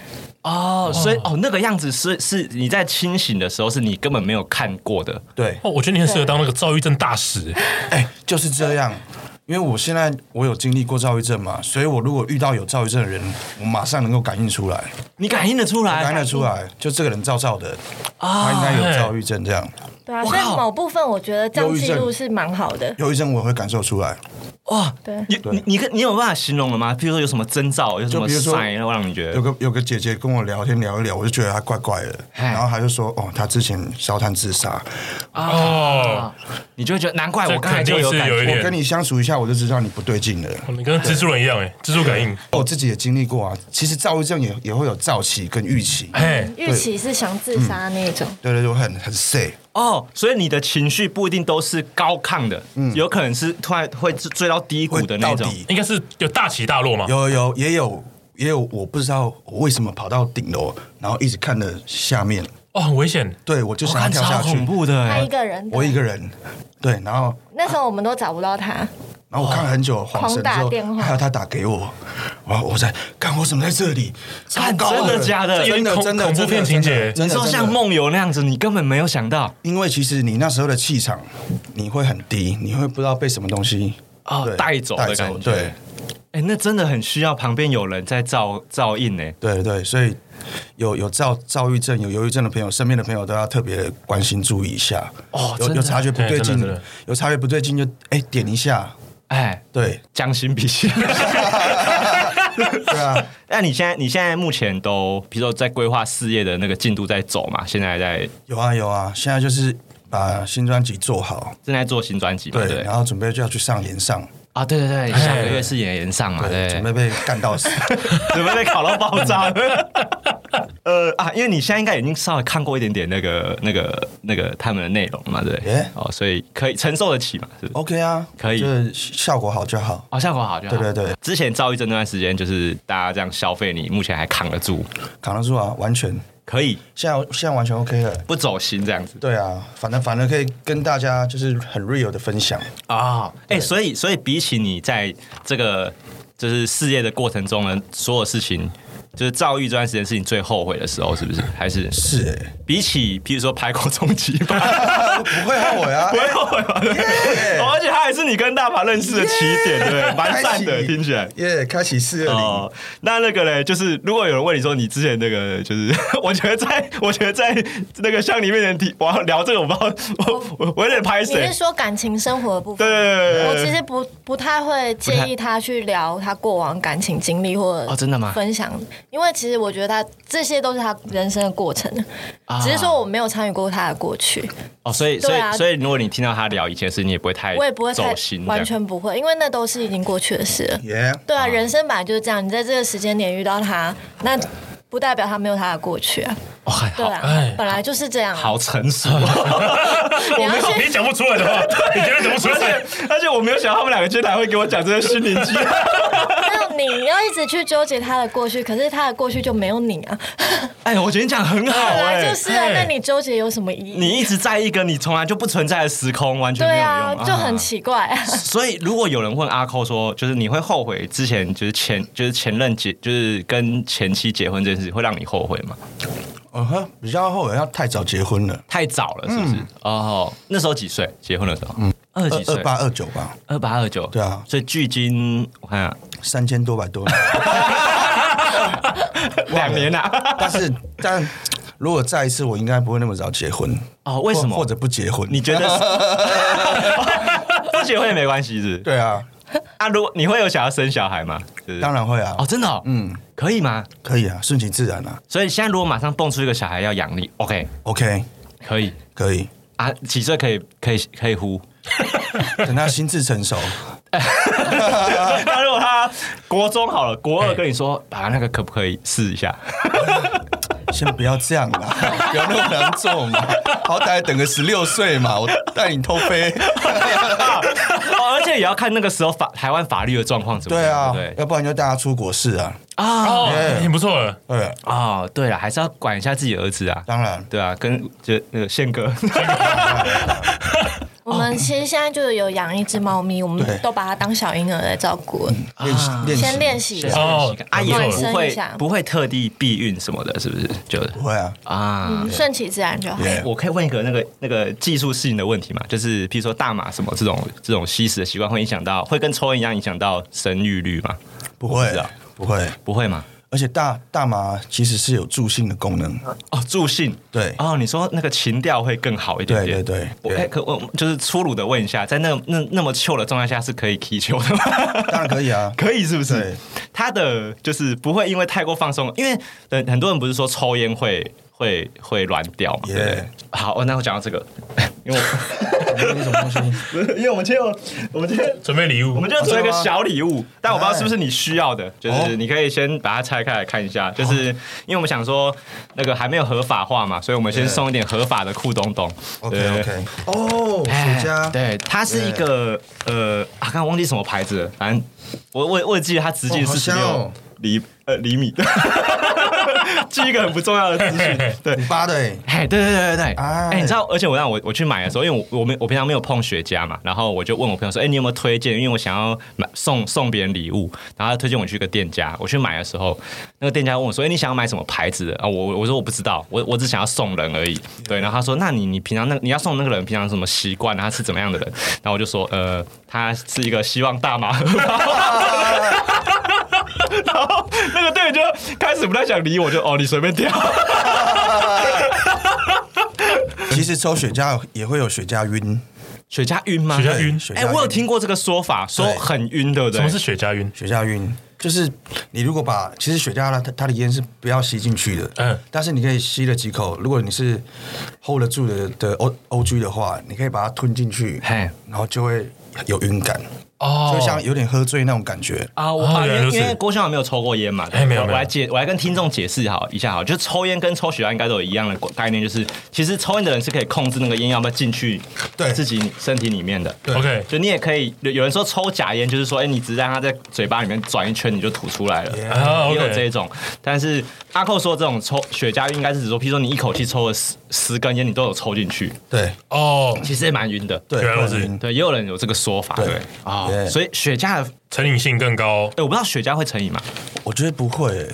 Speaker 1: 哦，所以哦，那个样子是是你在清醒的时候，是你根本没有看过的。
Speaker 3: 对，
Speaker 5: 哦，我觉得你很适合当那个躁郁症大使，
Speaker 3: 哎，就是这样。因为我现在我有经历过躁郁症嘛，所以我如果遇到有躁郁症的人，我马上能够感应出来，
Speaker 1: 你感应得出
Speaker 2: 啊
Speaker 1: 来，
Speaker 3: 感应得出来，就这个人躁躁的，
Speaker 2: 哦
Speaker 3: 他应该有躁郁症这样。
Speaker 2: 对啊，
Speaker 1: 哇
Speaker 2: 所以某部分我觉得这样
Speaker 3: 忧郁
Speaker 2: 记
Speaker 3: 症
Speaker 2: 录是蛮好的。
Speaker 3: 忧郁症我也会感受出来，
Speaker 1: 哎哇！
Speaker 2: 对
Speaker 1: 你你你你有办法形容了吗？比如说有什么征兆，有什么
Speaker 3: 就比如说
Speaker 1: sign 让你觉得
Speaker 3: 有个有个姐姐跟我聊天聊一聊，我就觉得她怪怪的，
Speaker 1: 嘿
Speaker 3: 然后她就说，哦，她之前烧炭自杀，
Speaker 5: 哦，
Speaker 1: 你就会觉得难怪
Speaker 5: 这
Speaker 1: 哎我刚才
Speaker 5: 肯定
Speaker 1: 就有
Speaker 5: 是
Speaker 1: 感
Speaker 5: 有一
Speaker 1: 觉
Speaker 5: 点
Speaker 3: 我跟你相处一下，我就知道你不对劲了。
Speaker 5: 哦你跟蜘蛛人一样，哎，蜘蛛感
Speaker 1: 嗯
Speaker 5: 应，
Speaker 3: 我自己也经历过啊，其实躁郁症也也会有躁期跟预期，
Speaker 5: 哎，
Speaker 2: 预期是想自杀那种，
Speaker 3: 对对对，我很很 sick，
Speaker 1: 哦，所以你的情绪不一定都是高亢的，有可能是突然会追到低谷
Speaker 3: 嗯会
Speaker 1: 的那
Speaker 3: 到
Speaker 1: 种。
Speaker 3: 底。
Speaker 5: 应该是有大起大落嘛。
Speaker 3: 有有也有也有，我不知道我为什么跑到顶楼，然后一直看着下面，
Speaker 5: 哦，很危险，
Speaker 3: 对我就
Speaker 1: 我
Speaker 3: 想要
Speaker 1: 哦看
Speaker 3: 跳下
Speaker 1: 超
Speaker 3: 去
Speaker 1: 恐。怖的
Speaker 6: 嗯哎
Speaker 2: 他
Speaker 1: 欸
Speaker 2: 一，个人，
Speaker 3: 我一个人，对，然后
Speaker 2: 那时候我们都找不到他，
Speaker 3: 然后我看了很久，晃
Speaker 2: 狂
Speaker 3: 神
Speaker 2: 打
Speaker 3: 之后
Speaker 2: 电话，
Speaker 3: 还有他打给我，哇，我在看我怎么在这里？
Speaker 1: 看
Speaker 3: 超高
Speaker 1: 真的假的？
Speaker 5: 这有
Speaker 3: 真
Speaker 5: 点
Speaker 3: 的
Speaker 5: 恐
Speaker 3: 真的
Speaker 5: 恐怖片情节
Speaker 1: 你
Speaker 3: 真的
Speaker 1: 说像，梦游那样子，你根本没有想到
Speaker 3: 真的真的因为其实你那时候的气场，你会很低，你会不知道被什么东西
Speaker 1: 哦
Speaker 3: 对，
Speaker 1: 带走的
Speaker 3: 带
Speaker 1: 感觉。
Speaker 3: 对，
Speaker 1: 哎、那真的很需要旁边有人在照照应呢、
Speaker 3: 对对，所以有有躁躁郁症、有忧郁症的朋友，身边的朋友都要特别关心注意一下。
Speaker 1: 哦真
Speaker 3: 有
Speaker 1: 的
Speaker 3: 有察觉不
Speaker 5: 对
Speaker 3: 对
Speaker 5: 真
Speaker 3: 劲
Speaker 5: 的真的，
Speaker 3: 有察觉不对劲就哎点一下，
Speaker 1: 哎，
Speaker 3: 对
Speaker 1: 将心比心。
Speaker 3: 对啊，
Speaker 1: 那你现在你现在目前都，比如说在规划事业的那个进度在走嘛？现在在
Speaker 3: 有啊有啊，现在就是把新专辑做好，
Speaker 1: 正在做新专辑嘛？对不
Speaker 3: 对，
Speaker 1: 对
Speaker 3: 然后准备就要去上演上，
Speaker 1: 啊，对对对，
Speaker 5: 哎
Speaker 1: 下个月是演员上啊 嘛？对，
Speaker 3: 准备被干到死。
Speaker 1: 准备被烤到爆炸。 呃啊，因为你现在应该已经稍微看过一点点那个、那个、那个他们的内容嘛，对不对
Speaker 3: 耶
Speaker 1: 哦，所以可以承受得起嘛，是不是？
Speaker 3: OK 啊，
Speaker 1: 可以
Speaker 3: 就是效果好就好。
Speaker 1: 哦，效果好就好。
Speaker 3: 对对对，
Speaker 1: 之前躁郁症那段时间，就是大家这样消费你，目前还扛得住，
Speaker 3: 扛得住啊，完全，
Speaker 1: 可以
Speaker 3: 现在现在完全 OK 了。
Speaker 1: 不走心这样 子
Speaker 3: 对啊，反正反正可以跟大家就是很 real 的分享。
Speaker 1: 啊。哎、所以所以比起你在这个就是事业的过程中呢，所有事情。就是躁郁这段时间是你最后悔的时候，是不是？还是
Speaker 3: 是哎、
Speaker 1: 比起，譬如说排口中击吧，
Speaker 3: 不会后悔啊，
Speaker 1: 不会后悔吧？对不对哦而且它还是你
Speaker 6: 你跟大马认识的起点，对不对？蛮赞的，
Speaker 3: 开启
Speaker 6: 听起来。
Speaker 3: 耶，开启四二零，
Speaker 6: 哦，那那个嘞，就是如果有人问你说你之前那个，就是 我觉得在我觉得在那个乡里面的提，我要聊这个，我不知道，我我我有点拍
Speaker 2: 你
Speaker 6: 谁
Speaker 2: 是？说感情生活的部分？
Speaker 6: 对对对对
Speaker 2: 我
Speaker 6: 对
Speaker 2: 其实不不太会建议他去聊他过往感情经历或者
Speaker 6: 哦真的吗
Speaker 2: 分享，因为其实我觉得他这些都是他人生的过程，
Speaker 6: 啊
Speaker 2: 只是说我没有参与过他的过去，
Speaker 1: 哦，所以所
Speaker 2: 对
Speaker 1: 以
Speaker 2: 啊
Speaker 1: 所以，如果你听到他聊以前的事，你也不会太
Speaker 2: 我也不会太
Speaker 1: 走心，
Speaker 2: 完全不会，因为那都是已经过去的事了。
Speaker 3: 耶，
Speaker 2: 对啊，人生本来就是这样，你在这个时间点遇到他，那不代表他没有他的过去啊。
Speaker 1: 哇，
Speaker 2: 对
Speaker 1: 哦好
Speaker 5: 哎
Speaker 2: 啊，本来就是这样啊。
Speaker 1: 好成熟，哦
Speaker 2: 你要先
Speaker 5: 你讲不出来的话，你绝对讲不出
Speaker 6: 而
Speaker 5: 来。
Speaker 6: 且而且我没有想到他们两个居然会给我讲这些心灵鸡汤。
Speaker 2: 那你要一直去纠结他的过去，可是他的过去就没有你啊。
Speaker 1: 哎，我觉得你讲很好
Speaker 2: 本来
Speaker 1: 哎
Speaker 2: 就，是啊，
Speaker 5: 哎
Speaker 2: 那你纠结有什么意义？
Speaker 1: 你一直在一个你从来就不存在的时空，完全没
Speaker 2: 对
Speaker 1: 有
Speaker 2: 啊
Speaker 1: 用，，
Speaker 2: 就很
Speaker 1: 啊
Speaker 2: 奇 怪。
Speaker 1: 所以，如果有人问阿寇说，就是你会后悔之前就是前就是前任结就是跟前妻结婚这件事，会让你后悔吗？
Speaker 3: 嗯哼，比较后悔要太早结婚了，
Speaker 1: 太早了，是不是？哦，那时候几岁？结婚的时候，嗯，二十几
Speaker 3: 二
Speaker 1: 岁
Speaker 3: 二，八二九吧，
Speaker 1: 二八二九，
Speaker 3: 对啊
Speaker 1: 所以距今我看啊，
Speaker 3: 三千多百 多，
Speaker 6: 两 年啊，
Speaker 3: 但是但如果再一次，我应该不会那么早结婚，
Speaker 1: 哦，为什么？
Speaker 3: 或或者不结婚？
Speaker 1: 你觉得是不结婚也没关系， 是不是？
Speaker 3: 对啊，
Speaker 1: 啊，如果你会有想要生小孩吗？就是
Speaker 3: 当然会啊
Speaker 1: 哦，，真的、哦，嗯，可以吗？
Speaker 3: 可以啊，顺其自然啊
Speaker 1: 所以现在如果马上蹦出一个小孩要养你，OK，
Speaker 3: ，OK，
Speaker 1: 可以
Speaker 3: 可以，
Speaker 1: 啊？几岁可以可以可以呼？
Speaker 3: 等他心智成熟，
Speaker 6: 那如果他
Speaker 1: 国中好了，国二跟你说，把、那个可不可以试一下？
Speaker 3: 先不要这样啦， 有那么难做嘛？好歹等个十六岁嘛，我带你偷飞。
Speaker 1: 哦，而且也要看那个时候法台湾法律的状况怎么
Speaker 3: 对
Speaker 1: 样，
Speaker 3: 啊
Speaker 1: 对，不对
Speaker 3: 要不然就带他出国事啊。
Speaker 1: 啊
Speaker 5: 哦，挺不错的，
Speaker 3: 对，
Speaker 1: 哦，对了，还是要管一下自己的儿子啊，
Speaker 3: 当然，
Speaker 1: 对啊，跟就那个宪哥，
Speaker 2: 我
Speaker 1: 哦
Speaker 2: 们其实现在就是有养一只猫咪，我
Speaker 3: 对
Speaker 2: 们都把它当小婴儿来照顾了，
Speaker 1: 嗯
Speaker 3: 练习练习，
Speaker 2: 先练习。
Speaker 5: 哦
Speaker 1: 啊也
Speaker 5: 不
Speaker 1: 不
Speaker 5: 错
Speaker 2: 生一
Speaker 1: 会
Speaker 2: 下
Speaker 1: 不会特地避孕什么的，是不是？就
Speaker 3: 不会啊，
Speaker 1: 啊。
Speaker 2: 嗯顺其自然就好。
Speaker 3: 耶
Speaker 1: 我可以问一个那个那个技术性的问题嘛？就是譬如说大麻什么这种这种吸食的习惯，会影响到，会跟抽烟一样影响到生育率吗？
Speaker 3: 不会
Speaker 1: 知道，
Speaker 3: 不会。
Speaker 1: 不会吗？
Speaker 3: 而且大大麻其实是有助兴的功能，
Speaker 1: 哦，助兴。
Speaker 3: 对
Speaker 1: 哦，你说那个情调会更好一点点。
Speaker 3: 对对对
Speaker 1: 我
Speaker 3: 对
Speaker 1: 哎，可我就是粗鲁的问一下，在那那那么旧的状态下是可以踢球的吗？。
Speaker 3: 当然可以啊
Speaker 1: 可以是不是
Speaker 3: 对？
Speaker 1: 他的就是不会因为太过放松，因为很很多人不是说抽烟会会会软掉嘛
Speaker 3: Yeah
Speaker 1: 对不对？好，哦那我讲到这个，因为
Speaker 3: 那种东西，
Speaker 6: 不是，因为我们今天有我们今天
Speaker 5: 准备礼物，
Speaker 6: 我们今天准备一个小礼物，但我不知道
Speaker 3: 哎
Speaker 6: 是不是你需要的，就
Speaker 3: 哦
Speaker 6: 是你可以先把它拆开来看一下，就是因为我们想说那个还没有合法化嘛，所以我们先送一点合法的酷东东。对
Speaker 3: OK OK。哦，
Speaker 1: 哎
Speaker 3: 雪茄，
Speaker 1: 对，它是一个呃，啊，刚刚忘记什么牌子了，反正我我我也记得它直径
Speaker 3: 哦好
Speaker 1: 是十
Speaker 3: 香
Speaker 1: 六
Speaker 3: 哦
Speaker 6: 厘呃厘米， 记一个很不重要的资讯。对，
Speaker 3: 五八的欸，
Speaker 1: 哎，对对对对对，哎
Speaker 3: 哎、
Speaker 1: 你知道，而且我让我我去买的时候，因为我我没我平常没有碰雪茄嘛，然后我就问我朋友说，哎、你有没有推荐？因为我想要买送送别人礼物，然后他推荐我去一个店家，我去买的时候，那个店家问我说，哎、你想要买什么牌子的啊？我我我说我不知道，我我只想要送人而已。对，然后他说，那你你平常那你要送那个人平常什么习惯啊？他是怎么样的人？然后我就说，呃，他是一个希望大 麻。然后那 个队员就开始不太想理我，就哦，你随便挑。
Speaker 3: 其实抽雪茄也会有雪茄晕，
Speaker 1: 雪茄晕吗？
Speaker 5: 雪茄晕
Speaker 3: 雪
Speaker 1: 哎、
Speaker 3: 茄
Speaker 1: 我有
Speaker 3: 晕
Speaker 1: 听过这个说法，说
Speaker 3: 对
Speaker 1: 很晕，对不对？
Speaker 5: 什么是雪茄晕？
Speaker 3: 雪茄晕就是你如果把其实雪茄呢，它它的烟是不要吸进去的，
Speaker 5: 嗯
Speaker 3: 嗯，但是你可以吸了几口。如果你是 hold 得住的的 O O G 的话，你可以把它吞进去，
Speaker 1: 嘿
Speaker 3: 然后就会有晕感，
Speaker 5: 哦
Speaker 3: 就像有点喝醉那种感觉。
Speaker 1: 啊，我
Speaker 5: 哦
Speaker 1: 啊因
Speaker 5: 原来
Speaker 1: 为
Speaker 5: 如此
Speaker 1: 因为郭校长没有抽过烟嘛，
Speaker 5: 哎没有
Speaker 1: 我
Speaker 5: 没有
Speaker 1: 我来解，我来跟听众解释好一下好，就是抽烟跟抽雪茄应该都有一样的概念，就是其实抽烟的人是可以控制那个烟要不要进去
Speaker 3: 对
Speaker 1: 自己身体里面的。
Speaker 3: 对
Speaker 5: OK，
Speaker 1: 就你也可以，有有人说抽假烟就是说，哎、你只让它在嘴巴里面转一圈，你就吐出来了。
Speaker 3: Yeah
Speaker 5: 啊
Speaker 1: 也有这
Speaker 5: ，OK，
Speaker 1: 种，但是阿寇说这种抽雪茄应该是指说，譬如说你一口气抽了十十根烟，你都有抽进去，
Speaker 3: 对
Speaker 5: 哦，
Speaker 1: 其实也蛮晕的。
Speaker 3: 对，
Speaker 5: 原来如此
Speaker 3: 会晕
Speaker 1: 对，也有人有这个说法，
Speaker 3: 对
Speaker 1: 对啊，
Speaker 3: 对
Speaker 1: 所以雪茄的，
Speaker 5: 成瘾性更高，
Speaker 1: 哎，我不知道雪茄会成瘾嘛，
Speaker 3: 我觉得不会欸，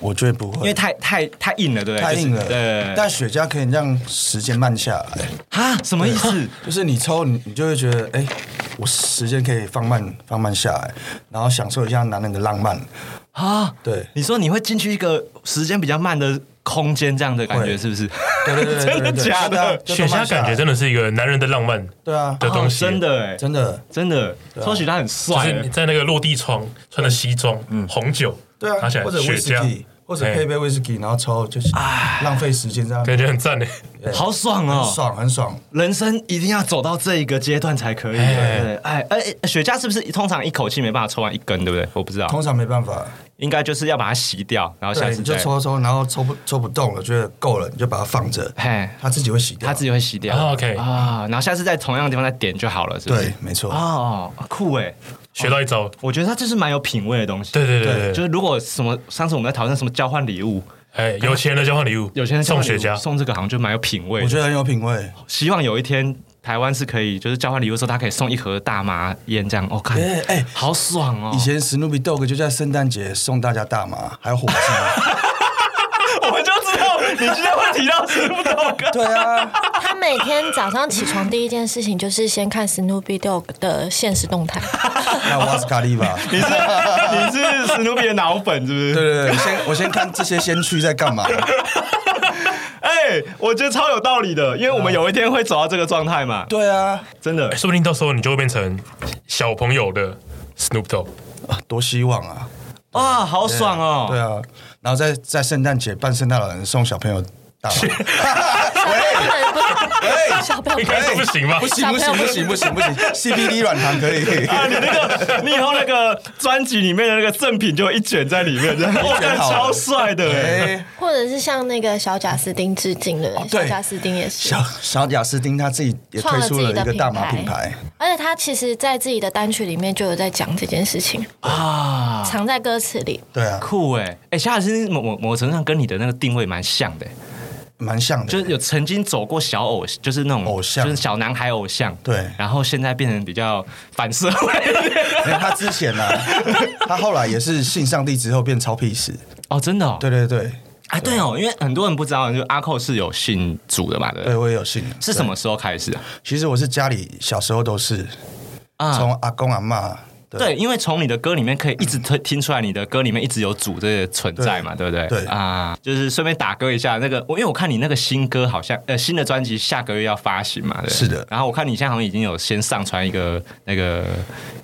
Speaker 3: 我觉得不会，
Speaker 1: 因为太太太硬了，对不对？
Speaker 3: 太硬了。
Speaker 1: 就是对，
Speaker 3: 但雪茄可以让时间慢下来，
Speaker 1: 啊，什么意思？
Speaker 3: 就是你抽你你就会觉得哎。我时间可以放慢放慢下来，然后享受一下男人的浪漫。
Speaker 1: 啊，
Speaker 3: 对
Speaker 1: 你说你会进去一个时间比较慢的空间，这样的感觉
Speaker 3: 会
Speaker 1: 是不是？
Speaker 3: 对对对对对对
Speaker 6: 真的假的
Speaker 3: 就
Speaker 5: 雪
Speaker 3: 慢
Speaker 5: 茄
Speaker 3: 下来
Speaker 5: 感觉真的是一个男人的浪漫，
Speaker 3: 对啊，
Speaker 5: 的东西
Speaker 1: 真的哎，
Speaker 3: 真的
Speaker 1: 真的，
Speaker 3: 啊
Speaker 1: 说起他很
Speaker 5: 就
Speaker 1: 帅
Speaker 5: 是你
Speaker 1: 欸，
Speaker 5: 在那个落地窗穿着西装、红酒，
Speaker 3: 对啊
Speaker 5: 拿起，来
Speaker 3: 或者
Speaker 5: 雪
Speaker 3: 威士
Speaker 5: 茄
Speaker 3: 忌，，或者配一杯威士忌，然后抽，就是浪费时间这样，
Speaker 5: 感觉很赞诶。
Speaker 1: 好爽哦！
Speaker 3: 爽很爽。
Speaker 1: 人生一定要走到这一个阶段才可以。
Speaker 5: 哎
Speaker 1: 对不对哎，哎，雪茄是不是通常一口气没办法抽完一根，对不对？我不知道，
Speaker 3: 通常没办法，
Speaker 1: 应该就是要把它洗掉，然后下
Speaker 3: 对，
Speaker 1: 次
Speaker 3: 你就
Speaker 1: 再。
Speaker 3: 抽抽，然后抽不抽不动了，觉得够了，你就把它放着，
Speaker 1: 嘿，
Speaker 3: 它自己会洗掉。
Speaker 1: 它自己会洗掉。
Speaker 5: 啊，OK
Speaker 1: 啊，然后下次在同样的地方再点就好了，是不是？
Speaker 3: 对，没错。
Speaker 1: 哦，酷哎！
Speaker 5: 学到一招，
Speaker 1: 我觉得它就是蛮有品味的东西。
Speaker 5: 对对对
Speaker 1: 就
Speaker 5: 对，
Speaker 1: 是如果什么，上次我们在讨论什么交换礼物，
Speaker 5: 哎，有钱人交换礼物，
Speaker 1: 有些人交
Speaker 5: 送
Speaker 1: 换礼
Speaker 5: 雪
Speaker 1: 物
Speaker 5: 茄，
Speaker 1: 送这个好像就蛮有品味的。
Speaker 3: 我觉得很有品味，
Speaker 1: 希望有一天台湾是可以，就是交换礼物的时候，他可以送一盒大麻烟这样，我、看，
Speaker 3: 哎哎
Speaker 1: 好爽哦！
Speaker 3: 以前史努比 Dog 就在圣诞节送大家大麻，还有火鸡。
Speaker 6: 我就知道你今天会提 到吃不到哥。
Speaker 3: 对啊，
Speaker 2: 他每天早上起床第一件事情就是先看 Snoopy Dog 的现实动态，
Speaker 3: 那瓦斯卡利吧。
Speaker 6: 你是你是史努比的脑粉是不
Speaker 3: 对
Speaker 6: 是？
Speaker 3: 对对，我先我先看这些先驱在干嘛。
Speaker 6: 哎、我觉得超有道理的，因为我们有一天会走到这个状态嘛，
Speaker 3: 对啊，
Speaker 6: 真的
Speaker 5: 哎。说不定到时候你就会变成小朋友的 Snoop Dogg。
Speaker 3: 多希望啊！
Speaker 1: 哇，好爽哦！
Speaker 3: 对啊，然后在在圣诞节扮圣诞老人送小朋友 大麻。哎喂
Speaker 2: 小朋友
Speaker 5: 应该是不行吧
Speaker 3: 不？行不行不行不行不行，CBD 哎软糖可以。
Speaker 6: 啊，你那个，你以后那个专辑里面的那个赠品就一卷在里面，这样哦
Speaker 3: 一卷好了
Speaker 6: 超帅的、哎
Speaker 3: 哎，
Speaker 2: 或者是向那个小贾斯汀致敬的，
Speaker 3: 哦对
Speaker 2: 小贾斯汀也是
Speaker 3: 小。小贾斯汀他自己也推出了一个大麻品牌，
Speaker 2: 而且他其实，在自己的单曲里面就有在讲这件事情，
Speaker 1: 啊，
Speaker 2: 藏在歌词里。
Speaker 3: 对啊，
Speaker 1: 酷哎！哎，夏老师某某某程度上跟你的那个定位蛮像的，欸
Speaker 3: 蛮像的。
Speaker 1: 就是有曾经走过小偶，就是那种
Speaker 3: 偶像
Speaker 1: 就是小男孩偶像。
Speaker 3: 对
Speaker 1: 然后现在变成比较反社会一点。
Speaker 3: 没有他之前呢、他后来也是信上帝之后变超屁事。
Speaker 1: 哦，真的哦。
Speaker 3: 对对对，
Speaker 1: 啊，对哦，因为很多人不知道，就阿寇是有信主的嘛，对不
Speaker 3: 对
Speaker 1: 对？
Speaker 3: 我也有信。
Speaker 1: 是什么时候开始啊？
Speaker 3: 对？其实我是家里小时候都是
Speaker 1: 啊
Speaker 3: 从阿公阿妈。
Speaker 1: 对，因为从你的歌里面可以一直推听出来，你的歌里面一直有主这个存在嘛，对
Speaker 3: 对
Speaker 1: 不对？
Speaker 3: 对
Speaker 1: 啊，就是顺便打歌一下那个，我因为我看你那个新歌好像呃新的专辑下个月要发行嘛，对不对
Speaker 3: 是的
Speaker 1: 然后我看你现在好像已呃经有先上传一个那个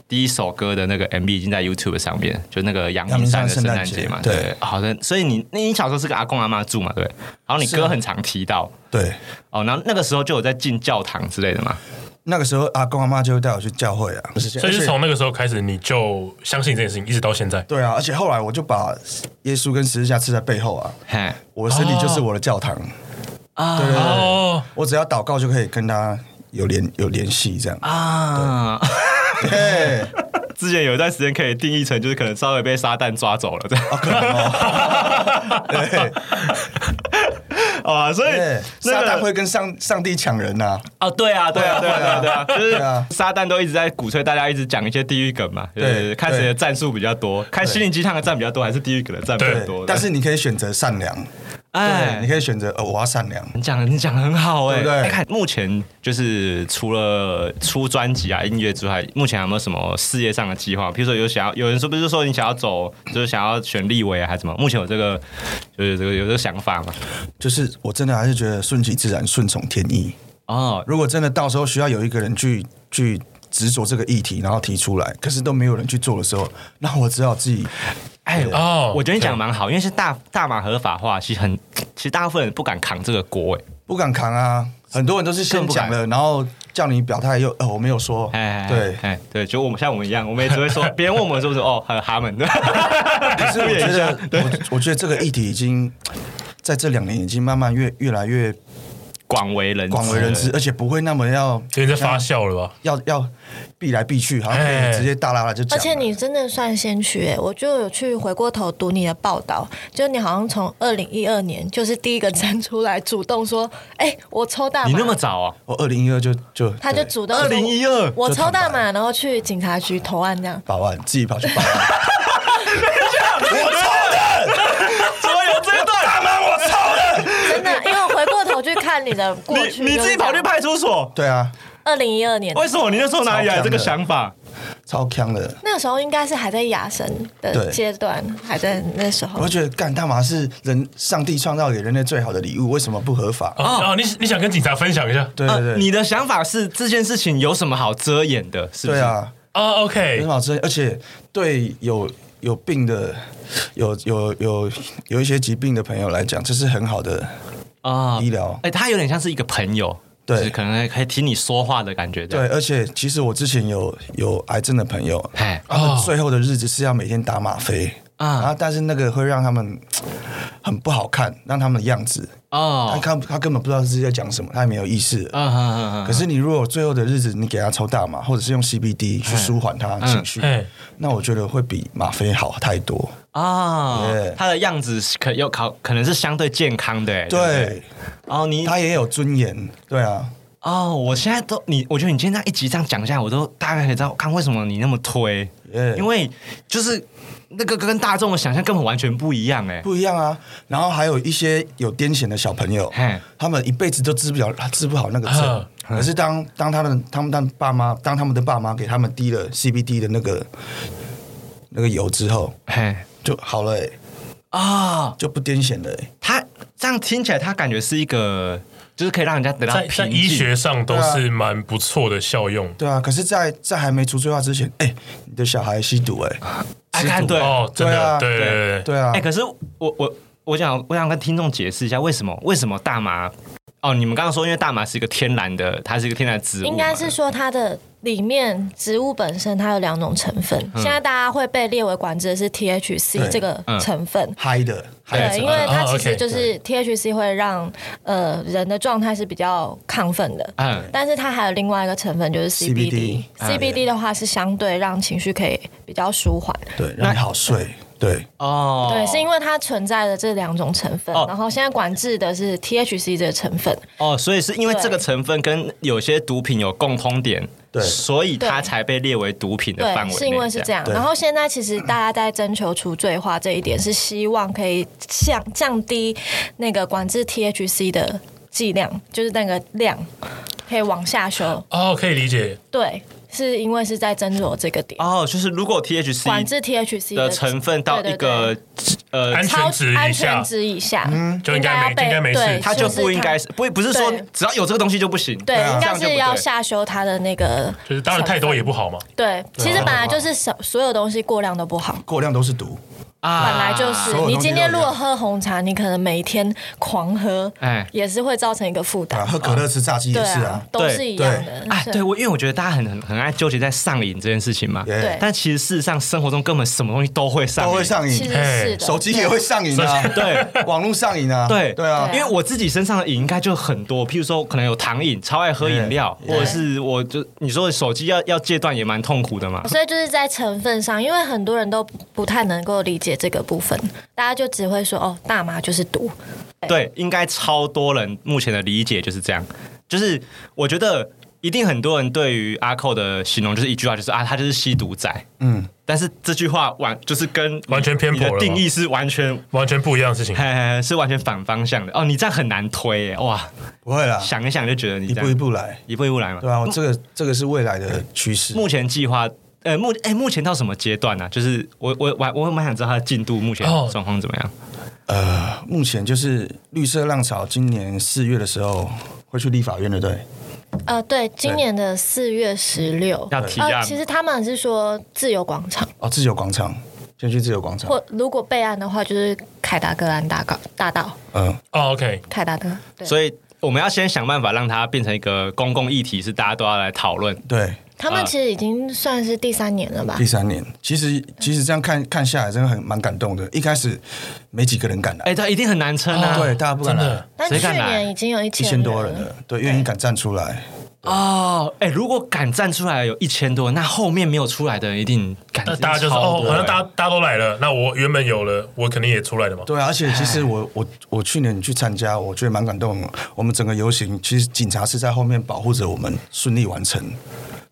Speaker 1: 第一首歌的那个 MV 已经在 YouTube 上面，就那个阳明山的圣诞节嘛，
Speaker 3: 阳明山圣诞节
Speaker 1: 对不对。好的，所以你那你小时候是跟阿公阿妈住嘛，对不对。然后你
Speaker 3: 是
Speaker 1: 歌
Speaker 3: 啊
Speaker 1: 很常提到
Speaker 3: 对，
Speaker 1: 哦，然后那个时候就有在进教堂之类的嘛。
Speaker 3: 那个时候阿公阿妈就会带我去教会啊。
Speaker 5: 所以
Speaker 3: 而
Speaker 5: 是
Speaker 3: 且
Speaker 5: 从那个时候开始，你就相信这件事情，一直到现在。
Speaker 3: 对啊，而且后来我就把耶稣跟十字架刺在背后啊，
Speaker 1: 嘿，
Speaker 3: 我的身体就是我的教堂，
Speaker 5: 哦，
Speaker 3: 我只要祷告就可以跟他有联有联系这样。
Speaker 1: 啊。哎
Speaker 3: 对，
Speaker 1: 之前有一段时间可以定义成就是可能稍微被撒旦抓走了这
Speaker 3: 哦
Speaker 1: 样。
Speaker 3: 对，
Speaker 6: 啊，所以
Speaker 3: 对
Speaker 6: 那
Speaker 3: 撒旦
Speaker 6: 个
Speaker 3: 会跟上上帝抢人呐。
Speaker 1: 哦，对啊，对啊，对啊，对啊，对啊
Speaker 3: 对啊
Speaker 1: 就是撒旦都一直在鼓吹大家一直讲一些地狱梗嘛，
Speaker 3: 对
Speaker 1: 就是看谁的
Speaker 3: 对
Speaker 1: 战术比较多，看心灵鸡汤的战比较多还是地狱梗的战比较
Speaker 5: 对
Speaker 1: 多。
Speaker 3: 但是你可以选择善良，对，
Speaker 1: 哎
Speaker 3: 你，可以选择呃我要善良。
Speaker 1: 你讲的你讲的很好哎、
Speaker 3: 对不对
Speaker 1: 哎看目前就是除了出专辑啊、音乐之外，目前还有没有什么事业上的计划？比如说有想要，有人说不是说你想要走，就是想要选立委啊，还是什么？目前有这个就是这个有这个想法嘛？
Speaker 3: 就是我真的还是觉得顺其自然，顺从天意。
Speaker 1: 哦，
Speaker 3: 如果真的到时候需要有一个人去去执着这个议题，然后提出来，可是都没有人去做的时候，那我只好自己
Speaker 1: 哎
Speaker 5: 哦
Speaker 1: 我觉得你讲得蛮好，因为是大大麻合法化，其实很，其实大部分人不敢扛这个锅，哎，
Speaker 3: 不敢扛啊。很多人都是先讲了，然后叫你表态又呃我没有说，
Speaker 1: 哎，
Speaker 3: 对。
Speaker 1: 哎，对，就我们像我们一样，我们也只会 说，别人问我们是不是哦，很哈们的，
Speaker 3: 可是我觉得 我我觉得这个议题已经在这两年已经慢慢越越来越
Speaker 1: 广为人知
Speaker 3: 广为人知，而且不会那么要
Speaker 5: 有点在发酵了吧？
Speaker 3: 要要避来避去，好像可以直接大拉拉就讲了。
Speaker 2: 哎而且你真的算先驱诶、我就有去回过头读你的报道，就你好像从二零一二年就是第一个站出来主动说，哎、我抽大麻，
Speaker 1: 你那么早啊？
Speaker 3: 我二零一二就就
Speaker 2: 他就
Speaker 3: 对
Speaker 2: 主动说
Speaker 6: 2012
Speaker 2: 我抽大
Speaker 3: 就坦
Speaker 2: 麻，然后去警察局投案这样。
Speaker 3: 八万，自己跑去 八万。
Speaker 6: 怎么有这一段？大妈，我操！
Speaker 2: 真的，因为我回过头去看你的过去，
Speaker 6: 你你自己跑去派出所，
Speaker 3: 对啊，
Speaker 2: 二零一二年
Speaker 6: 为什么你那时候哪里来这个想法？
Speaker 3: 超强的。
Speaker 2: 那个时候应该是还在雅神的
Speaker 3: 对
Speaker 2: 阶段，还在那时候
Speaker 3: 我就。觉得干大麻是人上帝创造给人类最好的礼物，为什么不合法？
Speaker 5: 哦，哦你你想跟警察分享一下？
Speaker 3: 对对对，
Speaker 1: 呃你的想法是这件事情有什么好遮掩的？是不是
Speaker 3: 对，啊，
Speaker 5: 哦
Speaker 3: 有什
Speaker 5: ，OK，
Speaker 3: 么好吃？而且对有有病的、有有有有一些疾病的朋友来讲，这是很好的
Speaker 1: 啊
Speaker 3: 医疗。
Speaker 1: 哎、他有点像是一个朋友，
Speaker 3: 对
Speaker 1: 就是可能可以听你说话的感觉，
Speaker 3: 对，，而且其实我之前有有癌症的朋友，
Speaker 1: 哎，
Speaker 3: 他们最后的日子是要每天打吗啡
Speaker 1: 啊
Speaker 3: 啊，然后但是那个会让他们嘖很不好看，让他们的样子，他
Speaker 1: 哦，
Speaker 3: 看他根本不知道自己在讲什么，他也没有意识了。
Speaker 1: 嗯哼哼哼
Speaker 3: 可是你如果最后的日子你给他抽大麻，或者是用 CBD 去舒缓他的情绪
Speaker 5: 嗯嗯，
Speaker 3: 那我觉得会比吗啡好太多。
Speaker 1: 啊
Speaker 3: 耶，
Speaker 1: 他的样子是可有考，可能是相对健康的，哎，不
Speaker 3: 对，
Speaker 1: 哦，你
Speaker 3: 他也有尊严，对啊，
Speaker 1: 哦，我现在都你，我觉得你今天这样一集这样讲一下，我都大概可以知道，看为什么你那么推，
Speaker 3: 耶
Speaker 1: 因为就是那个跟大众的想象根本完全不一样，哎，
Speaker 3: 不一样啊。然后还有一些有癫痫的小朋友
Speaker 1: 嘿，
Speaker 3: 他们一辈子都治不了，治不好那个症
Speaker 5: 啊。
Speaker 3: 可是当当他们他们当爸妈，当他们的爸妈给他们滴了 CBD 的那个那个油之后，
Speaker 1: 嘿，
Speaker 3: 就好了、欸，
Speaker 1: 啊，
Speaker 3: 就不癫痫了、欸。
Speaker 1: 他这样听起来，他感觉是一个，就是可以让人家得到
Speaker 5: 在在
Speaker 1: 平
Speaker 5: 医
Speaker 1: 静
Speaker 5: 学上都是蛮不错的效用。
Speaker 3: 对啊，可是在，在还没除罪化之前，哎、你的小孩吸毒、欸，哎，
Speaker 1: 哎，看对
Speaker 5: 哦，真的，对
Speaker 3: 对
Speaker 5: 对对对，
Speaker 3: 对啊
Speaker 1: 哎、，可是我我我想我想跟听众解释一下，为什么为什么大麻？哦，你们刚刚说，因为大麻是一个天然的，它是一个天然的植物嘛，
Speaker 2: 应该是说它的里面植物本身它有两种成分，现在大家会被列为管制的是 THC
Speaker 3: 嗯对
Speaker 2: 这个
Speaker 1: 嗯
Speaker 2: 成分。
Speaker 3: 嗨的，嗨
Speaker 2: 对，因为它
Speaker 5: 哦
Speaker 2: 其实
Speaker 5: OK，
Speaker 2: 就是 THC 会让呃人的状态是比较亢奋的，
Speaker 1: 嗯
Speaker 2: 但是它还有另外一个成分就是 CBD
Speaker 3: CBD。
Speaker 1: 啊
Speaker 2: CBD 的话是相对让情绪可以比较舒缓，
Speaker 3: 对，让你好睡，对，
Speaker 1: 哦，
Speaker 2: 对，是因为它存在的这两种成分
Speaker 1: 哦，
Speaker 2: 然后现在管制的是 THC 这个成分，
Speaker 1: 哦，所以是因为
Speaker 2: 对
Speaker 1: 这个成分跟有些毒品有共通点，
Speaker 3: 对
Speaker 1: 所以它
Speaker 2: 对
Speaker 1: 才被列为毒品的范围
Speaker 2: 对，
Speaker 1: 内，
Speaker 2: 是因为是这样。
Speaker 3: 对
Speaker 2: 然后现在其实大家在征求除罪化这一点，是希望可以降降低那个管制 THC 的剂量，就是那个量可以往下修。
Speaker 5: 哦，可以理解。
Speaker 2: 对，是因为是在斟酌这个点，
Speaker 1: 哦，就是如果 THC
Speaker 2: 管制 THC
Speaker 1: 的成分到一个
Speaker 2: 对对对
Speaker 1: 呃
Speaker 5: 安
Speaker 2: 超
Speaker 5: 全值
Speaker 2: 安
Speaker 5: 以
Speaker 2: 全
Speaker 5: 下，
Speaker 2: 值以下，
Speaker 5: 就应该没
Speaker 2: 要
Speaker 5: 应该没事
Speaker 2: 对
Speaker 1: 它就不应该
Speaker 2: 是
Speaker 1: 是不不是说
Speaker 2: 对
Speaker 1: 只要有这个东西就不行，
Speaker 2: 它对，
Speaker 3: 对啊
Speaker 1: 这
Speaker 2: 应该
Speaker 1: 样就是不
Speaker 2: 要
Speaker 1: 对
Speaker 2: 下修它的那个。
Speaker 5: 就是当然太多也不好嘛。
Speaker 2: 对，其实本来就是所所有东西过量都不好。
Speaker 3: 过量都是毒，
Speaker 1: 啊
Speaker 2: 本来就是
Speaker 3: 所有，东西
Speaker 2: 你今天如
Speaker 3: 都一样
Speaker 2: 果喝红茶，你可能每天狂喝，
Speaker 1: 哎
Speaker 2: 也是会造成一个负
Speaker 3: 啊，
Speaker 2: 担。
Speaker 3: 喝可乐吃炸鸡也
Speaker 2: 对
Speaker 3: 是
Speaker 2: 啊
Speaker 3: 啊，，
Speaker 2: 都是一样的。
Speaker 1: 哎，
Speaker 2: 是
Speaker 1: 对，我因为我觉得大家很很很爱纠结在上瘾这件事情嘛，
Speaker 3: 耶
Speaker 2: 对
Speaker 1: 但其实事实上生活中根本什么东西都会上瘾，
Speaker 3: 都会上
Speaker 2: 其实，
Speaker 3: 瘾
Speaker 2: 是的，
Speaker 3: 哎手机也会上瘾啊，
Speaker 1: 对。
Speaker 3: 网络上瘾啊，
Speaker 1: 对
Speaker 3: 对啊
Speaker 2: 对
Speaker 1: 因，为我自己身上的瘾应该就很多，譬如说可能有糖瘾，超爱喝饮料，或者是我就你说的手机要要戒断也蛮痛苦的嘛。
Speaker 2: 所以就是在成分上，因为很多人都不不太能够理解这个部分，大家就只会说哦，大麻就是毒，
Speaker 1: 对，应该超多人目前的理解就是这样，就是我觉得一定很多人对于阿寇的形容就是一句话，就是啊，他就是吸毒仔。
Speaker 3: 嗯，
Speaker 1: 但是这句话完就是跟你
Speaker 5: 完全偏颇
Speaker 1: 你
Speaker 5: 了
Speaker 1: 的
Speaker 5: 吗
Speaker 1: 定义是完全
Speaker 5: 完全不一样的事情。
Speaker 1: 嘿嘿，是完全反方向的哦。你这样很难推耶，哇！
Speaker 3: 不会啦，
Speaker 1: 想一想就觉得你
Speaker 3: 一
Speaker 1: 这样
Speaker 3: 步一步来，
Speaker 1: 一步一步来嘛。
Speaker 3: 对啊，我这个这个是未来的趋势。
Speaker 1: 目前计划，呃，目哎、目前到什么阶段呢、就是我我我我蛮想知道它的进度目前
Speaker 5: 哦
Speaker 1: 状况怎么样。
Speaker 3: 呃，目前就是绿色浪潮，今年四月的时候会去立法院的，对，
Speaker 2: 呃，对，今年的四月十六，
Speaker 1: 要提案
Speaker 2: 呃，其实他们是说自由广场，
Speaker 3: 哦，自由广场，先去自由广场，
Speaker 2: 或如果备案的话，就是凯达格兰大道大道，
Speaker 3: 嗯，
Speaker 5: 哦，OK，
Speaker 2: 凯达格，对，
Speaker 1: 所以我们要先想办法让它变成一个公共议题，是大家都要来讨论。
Speaker 3: 对，
Speaker 2: 他们其实已经算是第三年了吧
Speaker 3: 第，三年，其实其实这样看看下来，真的很蛮感动的。一开始没几个人敢来，
Speaker 1: 哎、它一定很难撑
Speaker 5: 哦
Speaker 1: 啊！
Speaker 3: 对，大家不敢
Speaker 5: 真
Speaker 3: 来
Speaker 5: 的，
Speaker 2: 但去
Speaker 1: 谁敢来
Speaker 2: 年已经有一
Speaker 3: 一
Speaker 2: 千
Speaker 3: 千多人
Speaker 2: 人了。
Speaker 3: 了，对，愿意敢站出来，
Speaker 1: 哦，哎、如果敢站出来有一千多，那后面没有出来的人一定敢
Speaker 5: 那大家就是
Speaker 1: 超
Speaker 5: 哦，
Speaker 1: 多
Speaker 5: 好像大
Speaker 1: 哎
Speaker 5: 家大家都来了，那我原本有了，我肯定也出来了嘛。
Speaker 3: 对啊，而且其实我我我去年去参加，我觉得蛮感动的。我们整个游行，其实警察是在后面保护着我们，顺利完成。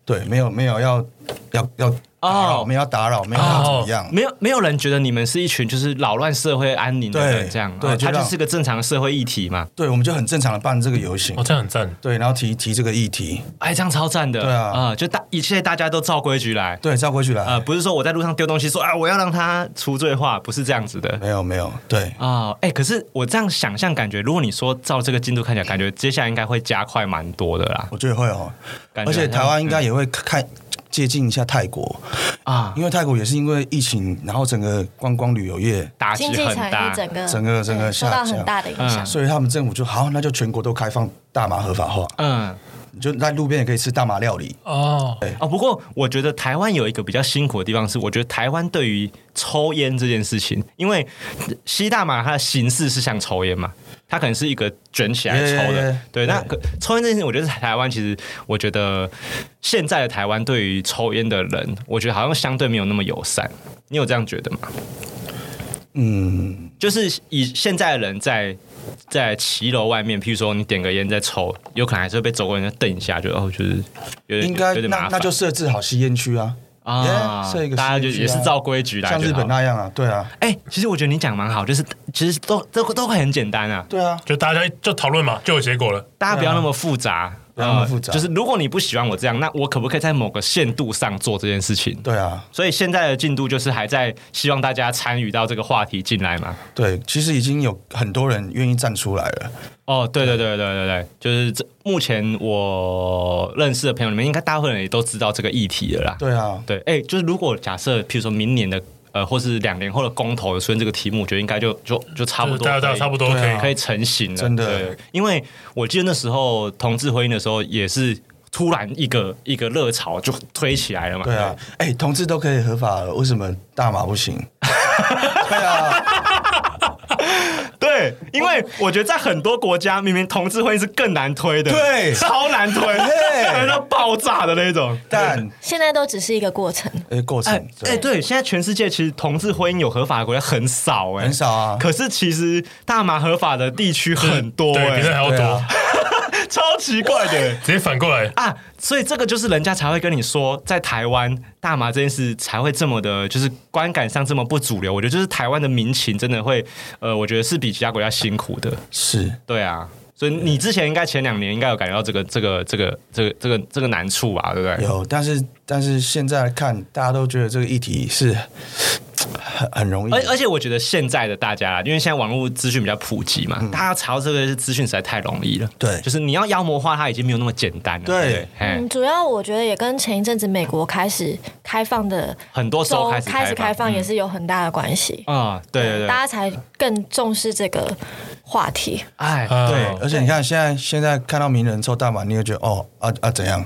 Speaker 3: 对，没有没有要要要打扰
Speaker 6: 哦
Speaker 3: 没有要打扰，没有要怎么样，
Speaker 6: 没有没有人觉得你们是一群就是扰乱社会安宁的人
Speaker 3: 对
Speaker 6: 这样，
Speaker 3: 对
Speaker 6: 哦
Speaker 3: 就
Speaker 6: 它就
Speaker 3: 让
Speaker 6: 是个正常社会议题嘛，
Speaker 3: 对，我们就很正常的办这个游行
Speaker 5: 哦，，这样很赞。
Speaker 3: 对，然后提提这个议题，
Speaker 6: 哎，这样超赞的，
Speaker 3: 对啊
Speaker 1: 呃
Speaker 6: 就大一切大家都照规矩来，
Speaker 3: 对，照规矩
Speaker 6: 呃，
Speaker 3: 来，
Speaker 6: 不是说我在路上丢东西说啊，我要让它除罪化，不是这样子的。
Speaker 3: 没有没有，对，
Speaker 6: 啊，哎、可是我这样想象，感觉如果你说照这个进度看起来，感觉接下来应该会加快蛮多的啦。
Speaker 3: 我觉得会哦，
Speaker 6: 感觉
Speaker 3: 而且
Speaker 6: 好像嗯
Speaker 3: 台湾应该也会看接近一下泰国，
Speaker 6: 啊，
Speaker 3: 因为泰国也是因为疫情，然后整个观光旅游业，
Speaker 6: 打击
Speaker 2: 经济
Speaker 6: 很
Speaker 2: 产
Speaker 6: 大
Speaker 2: 业，整个
Speaker 3: 整个整个
Speaker 2: 对受到
Speaker 3: 下降
Speaker 2: 很大的影响。
Speaker 3: 所以他们政府就好，那就全国都开放大麻合法化，
Speaker 6: 嗯。
Speaker 3: 你就在路边也可以吃大麻料理。
Speaker 5: 哦，
Speaker 6: 哦，不过我觉得台湾有一个比较辛苦的地方是，我觉得台湾对于抽烟这件事情，因为吸大麻它的形式是像抽烟嘛，它可能是一个卷起来抽的。
Speaker 3: Yeah, yeah, yeah.
Speaker 6: 对，那可抽烟这件事情，我觉得台湾其实，我觉得现在的台湾对于抽烟的人，我觉得好像相对没有那么友善。你有这样觉得吗？
Speaker 3: 嗯，
Speaker 6: 就是以现在的人在在骑楼外面，譬如说你点个烟在抽，有可能还是会被走过的人瞪一下，就哦，就是有点
Speaker 3: 应该
Speaker 6: 有点麻
Speaker 3: 那
Speaker 6: 烦。
Speaker 3: 那就设置好吸烟区啊，
Speaker 6: 啊
Speaker 3: Yeah，设一个
Speaker 6: 大家就
Speaker 3: 时间区啊
Speaker 6: 也是照规矩来，
Speaker 3: 像日本。那样啊，对啊，
Speaker 6: 哎、其实我觉得你讲得蛮好，就是其实都都都很简单啊，
Speaker 3: 对啊，
Speaker 5: 就大家就讨论嘛，就有结果了。
Speaker 6: 大家不要那么复杂，呃
Speaker 3: 不要那么复杂
Speaker 6: 就是如果你不喜欢我这样，那我可不可以在某个限度上做这件事情？
Speaker 3: 对啊，
Speaker 6: 所以现在的进度就是还在希望大家参与到这个话题进来嘛。
Speaker 3: 对，其实已经有很多人愿意站出来了，
Speaker 6: 哦，对对对对对对，就是这目前我认识的朋友里面，应该大部分人也都知道这个议题了啦。
Speaker 3: 对啊，
Speaker 6: 对，哎、就是如果假设，譬如说明年的呃，或是两年后的公投有出现这个题目，我觉得应该就就就差不
Speaker 5: 就
Speaker 6: 多
Speaker 5: 是大
Speaker 6: 可
Speaker 5: 家
Speaker 6: 以
Speaker 5: 差不多
Speaker 3: 对
Speaker 5: 可
Speaker 3: 啊
Speaker 5: 以。
Speaker 6: 可以成型了，
Speaker 3: 真的
Speaker 6: 对，因为我记得那时候同志婚姻的时候，也是突然一个一个热潮就推起来了嘛。
Speaker 3: 对啊，哎，同志都可以合法了，为什么大麻不 行？对啊，
Speaker 1: 对，
Speaker 6: 因为我觉得在很多国家，明明同志婚姻是更难推的，
Speaker 3: 对
Speaker 1: 超难 推，推到爆炸的那种。
Speaker 3: 但
Speaker 2: 现在都只是一个过程，
Speaker 3: 哎，过
Speaker 6: 哎
Speaker 3: 程
Speaker 6: 哎，
Speaker 3: 对，
Speaker 6: 对，现在全世界其实同志婚姻有合法的国家很少哎、
Speaker 3: 很少啊，
Speaker 6: 可是其实大麻合法的地区很多
Speaker 5: 对，
Speaker 6: 哎、
Speaker 5: 比这还要
Speaker 3: 对啊
Speaker 5: 多，
Speaker 6: 超奇怪的、
Speaker 5: 直接反过来，
Speaker 6: 啊，所以这个就是人家才会跟你说，在台湾大麻这件事才会这么的，就是观感上这么不主流。我觉得就是台湾的民情真的会，呃，我觉得是比其他国家辛苦的。
Speaker 3: 是。
Speaker 6: 对啊，所以你之前应该前两年应该有感觉到这个这个这个这个这个这个难处吧，对不对？
Speaker 3: 有，但是但是现在来看，大家都觉得这个议题是很很容易
Speaker 6: 而而且我觉得现在的大家，因为现在网络资讯比较普及嘛，大家查到这个资讯实在太容易了。
Speaker 3: 嗯对
Speaker 6: 就是你要妖魔化它已经没有那么简单了。
Speaker 3: 对
Speaker 6: 对不对，嘿
Speaker 2: 嗯，主要我觉得也跟前一阵子美国开始开放的
Speaker 6: 很多时候
Speaker 2: 州
Speaker 6: 开始
Speaker 2: 开始开放
Speaker 6: 嗯
Speaker 2: 也是有很大的关系。
Speaker 6: 啊，对对
Speaker 2: 大家
Speaker 6: 对，
Speaker 2: 才更重视这个话题。
Speaker 6: 哎，
Speaker 3: 对
Speaker 5: 对，
Speaker 3: 而且你看现在现在看到名人抽大麻，你会觉得哦啊啊怎样？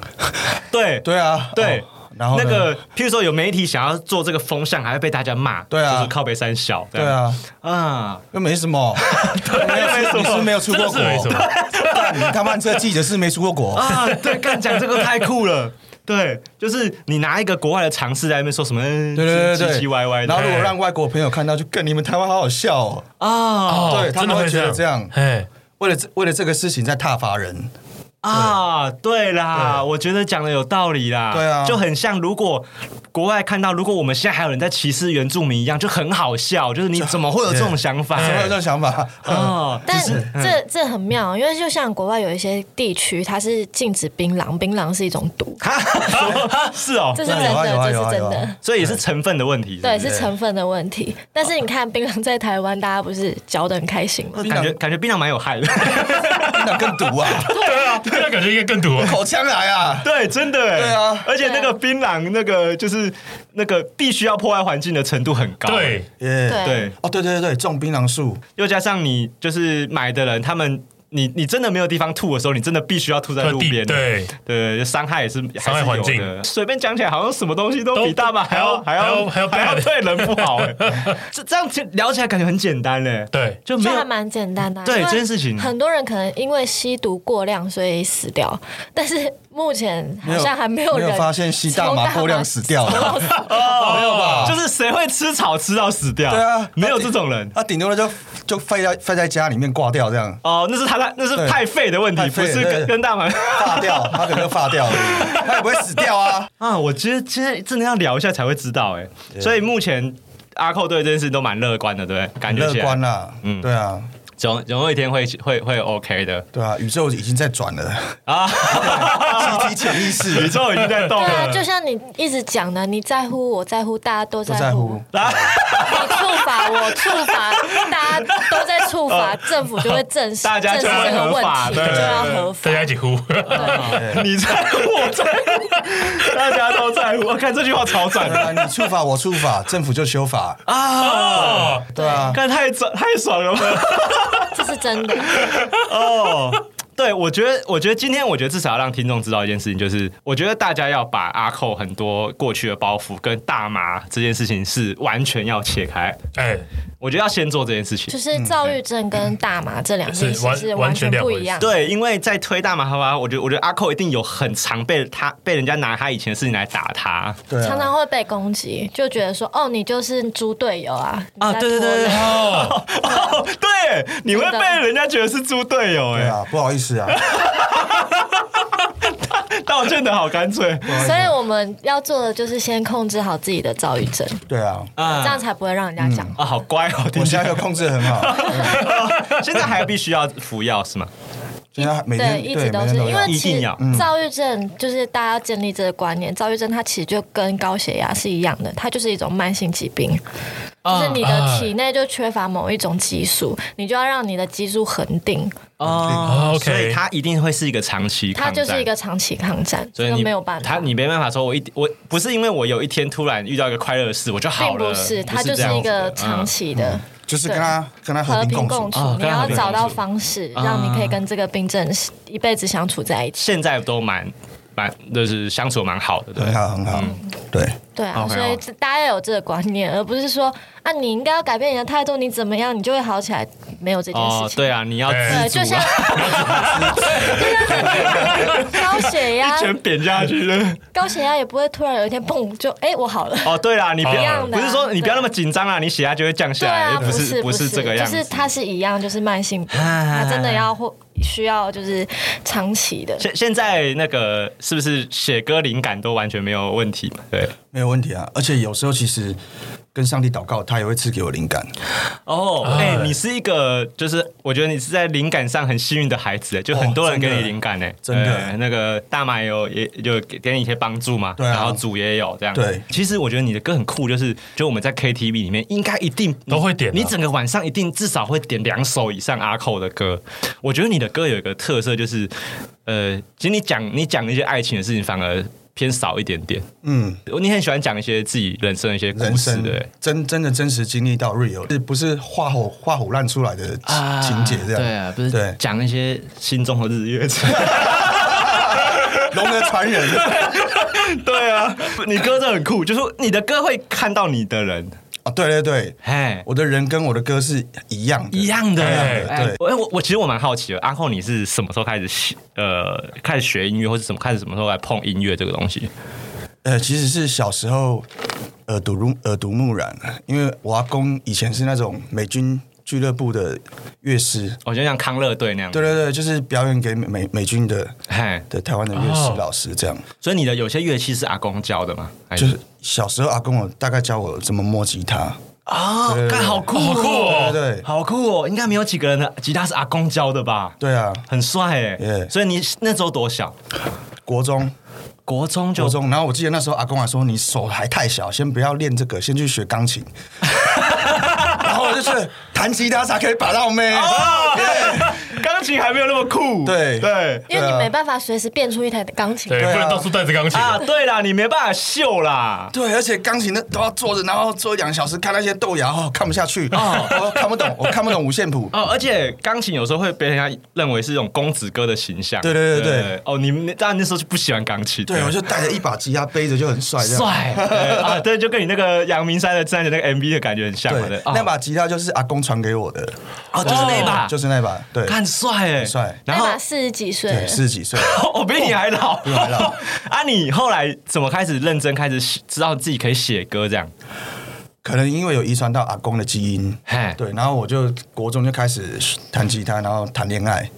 Speaker 6: 对
Speaker 3: 对啊，
Speaker 6: 对
Speaker 3: 哦然后呢
Speaker 6: 那个，譬如说有媒体想要做这个风向，还会被大家骂，
Speaker 3: 对啊
Speaker 6: 就是靠背三小，这
Speaker 3: 对
Speaker 6: 样
Speaker 3: 啊，
Speaker 6: 啊，
Speaker 3: 又没什么，对，没有你是不是没有出过国
Speaker 5: 真的是没什么，
Speaker 3: 干你他妈你这记者是没出过国，
Speaker 6: 啊，对，干讲这个太酷了。 对，就是你拿一个国外的尝试在那边说什么，对
Speaker 3: 对对对对，
Speaker 6: 唧唧歪歪的，
Speaker 3: 然后如果让外国朋友看到，就跟你们台湾好好笑哦，
Speaker 6: 啊
Speaker 5: 哦
Speaker 3: 对他
Speaker 5: 真
Speaker 3: 们
Speaker 5: 的
Speaker 3: 会
Speaker 5: 会
Speaker 3: 觉得这
Speaker 5: 这
Speaker 3: 样
Speaker 5: 哎，
Speaker 3: 为了这为了这个事情在挞伐人，
Speaker 6: 啊，对啦，
Speaker 5: 对
Speaker 6: 我觉得讲的有道理啦，
Speaker 3: 对啊
Speaker 6: 就很像如果国外看到，如果我们现在还有人在歧视原住民一样，就很好笑，就是你怎么会有这种想 法
Speaker 3: 怎么会有这种想法？
Speaker 6: 啊？
Speaker 2: 但这这很妙，因为就像国外有一些地区，它是禁止槟榔，槟榔是一种毒，
Speaker 1: 啊
Speaker 6: 是哦，
Speaker 2: 这是真
Speaker 3: 有啊有啊
Speaker 2: 的，这
Speaker 3: 有啊
Speaker 2: 是真
Speaker 3: 有啊
Speaker 2: 的。
Speaker 6: 所以也是成分的问题，是不
Speaker 2: 对，
Speaker 6: 是
Speaker 2: 是成分的问题。但是你看，槟榔在台湾，大家不是嚼得很开心吗？
Speaker 6: 感觉感觉槟榔蛮有 害的。
Speaker 3: 那更毒啊，
Speaker 5: 对啊，这样感觉应该更毒哦。
Speaker 3: 口腔癌啊，
Speaker 1: 对，真的
Speaker 5: 欸
Speaker 1: 哎。
Speaker 3: 对啊
Speaker 1: 而且那个槟榔，那个就是那个必须要破坏环境的程度很高。
Speaker 5: 对，
Speaker 2: 对
Speaker 3: 耶
Speaker 6: 对，
Speaker 3: 哦，对对对对，种槟榔树，
Speaker 6: 又加上你就是买的人，他们你你真的没有地方吐的时候，你真的必须要吐在路边。
Speaker 5: 对，
Speaker 6: 对，就伤害也是
Speaker 5: 伤害环境
Speaker 6: 还是有的随便讲起来，好像什么东西都
Speaker 5: 都
Speaker 6: 比大麻还要
Speaker 5: 还要
Speaker 6: 要
Speaker 5: 还要
Speaker 6: 还
Speaker 5: 还
Speaker 6: 要
Speaker 5: 要
Speaker 6: 对人不好。 哎这这样听聊起来感觉很简单嘞，
Speaker 5: 对
Speaker 6: 就没
Speaker 2: 这还
Speaker 6: 有
Speaker 2: 蛮简单的啊、
Speaker 6: 对
Speaker 2: 因为
Speaker 6: 这件事情
Speaker 2: 很多人可能因为吸毒过量所以死掉，但是目前好像还没有
Speaker 3: 没
Speaker 2: 人
Speaker 3: 有发现吸大麻过量死掉的，没有吧？
Speaker 6: 啊
Speaker 1: 就是谁会吃草吃到死掉？
Speaker 3: 对啊
Speaker 1: 哦没有这种人。
Speaker 6: 哎
Speaker 3: 他顶多就就废在废在家里面挂掉这 样，
Speaker 1: 哦，那是他在，那是
Speaker 3: 对
Speaker 1: 太废的问题，
Speaker 3: 太
Speaker 1: 不
Speaker 3: 废
Speaker 1: 是跟
Speaker 3: 对
Speaker 1: 跟大麻。
Speaker 3: 发掉，他可能就发掉了，他也不会死掉 啊。
Speaker 1: 啊，我觉得今天真的要聊一下才会知道哎、所以目前阿寇对这件事都蛮乐观的，对不对？感觉
Speaker 3: 乐
Speaker 1: 起来
Speaker 3: 观啦，
Speaker 6: 嗯
Speaker 3: 对啊，
Speaker 6: 总总有一天会会会 OK 的
Speaker 3: 对啊，宇宙已经在转了，
Speaker 6: 啊！
Speaker 3: 集体潜意
Speaker 1: 宇
Speaker 3: 识
Speaker 1: 宙已经在动
Speaker 2: 对啊，
Speaker 1: 了。
Speaker 2: 就像你一直讲的，你在乎，我在乎，大家都
Speaker 3: 不
Speaker 2: 在
Speaker 3: 在
Speaker 2: 乎
Speaker 3: 乎。。
Speaker 1: 啊
Speaker 2: 你触法，我触法，大家都在触法，政府就会正视
Speaker 1: 大家
Speaker 2: 正视
Speaker 1: 就会
Speaker 2: 这个
Speaker 1: 合
Speaker 2: 问
Speaker 1: 法
Speaker 2: 题，
Speaker 1: 对
Speaker 2: 就要合法
Speaker 5: 大。家一起呼，
Speaker 1: 你在乎，我在 乎，大家都在乎。我看这句话超赞
Speaker 3: 对啊，你触法我触法，政府就修法，
Speaker 1: 啊！
Speaker 3: 对啊，
Speaker 1: 看太爽太爽了吧？
Speaker 2: 这是真的。
Speaker 1: 哦。对，我觉得，我觉得今天，我觉得至少要让听众知道一件事情，就是我觉得大家要把阿寇很多过去的包袱跟大麻这件事情是完全要切开，
Speaker 5: 哎，
Speaker 1: 我觉得要先做这件事情
Speaker 2: 就。是躁郁症跟大麻这两件
Speaker 5: 是
Speaker 2: 事
Speaker 5: 完
Speaker 2: 是
Speaker 5: 完
Speaker 2: 全
Speaker 5: 全两
Speaker 2: 不
Speaker 5: 回
Speaker 2: 一样。
Speaker 1: 对，因为在推大麻花花，我觉得我觉得阿寇一定有很常被他被人家拿他以前的事情来打他
Speaker 3: 对
Speaker 2: 常
Speaker 3: 啊，
Speaker 2: 常会被攻击，就觉得说哦，你就是猪队友啊！你在拖累，
Speaker 1: 哦，对，你会被人家觉得是猪队友
Speaker 3: 对
Speaker 1: 哎，
Speaker 3: 啊，不好意思啊，
Speaker 1: 道歉的好干脆
Speaker 2: 所以我们要做的就是先控制好自己的躁郁症，
Speaker 3: 对啊，嗯
Speaker 2: 这样
Speaker 1: 啊
Speaker 2: 才不会让人家讲。
Speaker 1: 啊，好乖哦，
Speaker 3: 我
Speaker 1: 听起
Speaker 3: 现在
Speaker 1: 来
Speaker 3: 就控制得很好，
Speaker 1: 现在还必须要服药是吗？
Speaker 3: 现在每
Speaker 2: 对，
Speaker 3: 天
Speaker 2: 一
Speaker 3: 对
Speaker 2: 直
Speaker 3: 每
Speaker 2: 都
Speaker 3: 天
Speaker 2: 是，
Speaker 3: 都
Speaker 2: 因
Speaker 3: 有
Speaker 2: 为
Speaker 1: 一
Speaker 2: 其
Speaker 1: 定
Speaker 2: 实
Speaker 1: 要
Speaker 6: 嗯
Speaker 2: 躁郁症就是大家要建立这个观念，躁郁症它其实就跟高血压是一样的，它就是一种慢性疾病，
Speaker 6: 啊
Speaker 2: 就是你的体内就缺乏某一种激素，你就要让你的激素恒定，
Speaker 1: 哦
Speaker 5: 嗯，OK
Speaker 1: 所以它一定会是一个长期抗
Speaker 2: 它
Speaker 1: 战，
Speaker 2: 就是一个长期抗战，
Speaker 6: 所
Speaker 2: 这
Speaker 6: 以
Speaker 2: 个
Speaker 6: 你
Speaker 2: 没有办
Speaker 6: 他
Speaker 2: 法。
Speaker 6: 你没办法说我一我不是因为我有一天突然遇到一个快乐的事我就好
Speaker 2: 并
Speaker 6: 了，
Speaker 2: 不是，它就
Speaker 6: 这样
Speaker 2: 是
Speaker 6: 子
Speaker 2: 一个
Speaker 6: 的
Speaker 2: 长
Speaker 6: 嗯
Speaker 2: 期的
Speaker 3: 就是跟他跟他
Speaker 2: 和
Speaker 3: 和
Speaker 2: 平
Speaker 3: 平
Speaker 2: 共
Speaker 3: 共处，
Speaker 2: 处
Speaker 6: 哦，
Speaker 2: 你
Speaker 6: 跟他
Speaker 2: 要
Speaker 6: 和平
Speaker 2: 找
Speaker 6: 共
Speaker 2: 到
Speaker 6: 处啊
Speaker 2: 方式，让你可以跟这个病症一辈子相处在一起。
Speaker 6: 现在都蛮蛮就是相处蛮好的，对不嗯
Speaker 1: 啊
Speaker 3: 很
Speaker 6: 对。
Speaker 3: 好很好，对，
Speaker 2: 对啊，
Speaker 6: OK，
Speaker 2: 所以
Speaker 6: 好
Speaker 2: 这大家要有这个观念，而不是说啊，你应该要改变你的态度，你怎么样，你就会好起来。没有这件事
Speaker 6: 哦，
Speaker 2: 情。
Speaker 6: 对啊，你要
Speaker 1: 哎
Speaker 2: 对，
Speaker 5: 对
Speaker 6: 知足
Speaker 2: 就 像就像 高血压
Speaker 1: 一，拳扁下去的。
Speaker 2: 高血压也不会突然有一天砰就哎我好了。
Speaker 1: 哦，对啦，你不
Speaker 5: 一
Speaker 1: 要
Speaker 5: 样
Speaker 2: 的啊
Speaker 1: 不是说你不要那么紧张
Speaker 6: 啊
Speaker 1: 啦，你血压就会降下
Speaker 2: 对
Speaker 1: 来，
Speaker 2: 啊，
Speaker 1: 不
Speaker 2: 是
Speaker 1: 不是
Speaker 2: 是
Speaker 1: 这个样子，
Speaker 2: 就是它是一样，就是慢性病，它真的要或需要就是长期的。
Speaker 6: 现现在那个是不是写歌灵感都完全没有问题嘛？对，
Speaker 3: 没有问题啊，而且有时候其实跟上帝祷告，他也会赐给我灵感，
Speaker 6: 哦，
Speaker 3: 啊
Speaker 5: 哎
Speaker 6: 哎，你是一个，就是我觉得你是在灵感上很幸运的孩子，就很多人给你灵感呢，
Speaker 3: 哦真的
Speaker 6: 对那个大马也有也就给给你一些帮助嘛，
Speaker 3: 对啊
Speaker 6: 然后主也有这样。
Speaker 3: 对
Speaker 6: 其实我觉得你的歌很酷，就是就我们在 KTV 里面应该一定
Speaker 5: 都会点啊
Speaker 6: 你整个晚上一定至少会点两首以上阿寇的歌。我觉得你的歌有一个特色就是，呃，其实你讲你讲一些爱情的事情反而偏少一点点，
Speaker 3: 嗯，
Speaker 6: 你很喜欢讲一些自己人生的一些哎故
Speaker 3: 人
Speaker 6: 事，
Speaker 3: 生
Speaker 6: 对。
Speaker 3: 真真的真实经历到 real，是不是画虎画虎烂出来的情情节这样？
Speaker 6: 对啊，不是
Speaker 3: 对
Speaker 6: 讲一些心中的日月之
Speaker 3: 龙的传 人，
Speaker 6: 对啊， 你歌真的很酷，就是你的歌会看到你的人，
Speaker 3: 哦，对对对，
Speaker 6: 哎，
Speaker 3: 我的人跟我的歌是一样的，
Speaker 6: 一样的。
Speaker 5: 哎
Speaker 6: 哎我哎我我其实我蛮好奇的，阿寇你是什么时候开始学呃开始学音乐，或是怎么开始什么时候来碰音乐这个东西？
Speaker 3: 呃，其实是小时候呃耳濡目耳濡目染，啊因为我阿公以前是那种美军俱乐部的乐师，
Speaker 6: 我哦就像康乐队那样，
Speaker 3: 对对对，就是表演给美美美军的
Speaker 6: 哎，
Speaker 3: 的台湾的乐师老师这样。
Speaker 6: 所以你的有些乐器是阿公教的吗？还
Speaker 3: 就是小时候阿公我大概教我怎么摸吉他，
Speaker 6: 啊，
Speaker 3: 对对
Speaker 6: 干好酷哦，
Speaker 5: 好酷哦
Speaker 3: 对对对
Speaker 6: 好酷哦！应该没有几个人的吉他是阿公教的吧？
Speaker 3: 对啊，
Speaker 6: 很帅哎，
Speaker 3: Yeah
Speaker 6: 所以你那时候多小？
Speaker 3: 国中
Speaker 6: 国中就
Speaker 3: 国中，然后我记得那时候阿公还说你手还太小，先不要练这个，先去学钢 琴。然后我就是弹吉他才可以把到妹，
Speaker 6: 哦
Speaker 1: 钢琴还没有那么酷，
Speaker 3: 对
Speaker 1: 对。
Speaker 2: 因为你
Speaker 3: 对啊
Speaker 2: 没办法随时变出一台钢琴，
Speaker 5: 对，
Speaker 3: 对啊
Speaker 5: 不能到处带着钢琴。
Speaker 6: 啊，对啦，你没办法秀啦。
Speaker 3: 对，而且钢琴的都要坐着，然后坐一两个小时看那些豆芽，哦，看不下去，我看不懂，我看不懂五线谱。
Speaker 6: 哦，而且钢琴有时候会被人家认为是一种公子哥的形象。
Speaker 3: 对对对对对。
Speaker 6: 哦，你们当然那时候就不喜 欢钢琴。
Speaker 3: 对，我就带着一把吉他背着就很帅，这样。
Speaker 6: 帅对啊，对，就跟你那个阳明山的自然的那个 MV 的感觉很像嘛。
Speaker 3: 对，
Speaker 6: 哦
Speaker 3: 那把吉他就是阿公传给我的，
Speaker 6: 哦，就是那一把，
Speaker 3: 就是那把。对，
Speaker 6: 看
Speaker 1: 很帅哎，
Speaker 3: 帅
Speaker 1: 然后
Speaker 2: 艾玛四十几岁
Speaker 3: 对，
Speaker 2: 了，
Speaker 3: 四十几岁，
Speaker 6: 哦
Speaker 1: 我比你还老，
Speaker 3: 比我还 老。
Speaker 1: 啊，你后来怎么开始认真开始写知道自己可以写歌这样？
Speaker 3: 可能因为有遗传到阿公的基因
Speaker 1: 嘿，
Speaker 3: 对，然后我就国中就开始弹吉他，然后谈 恋爱，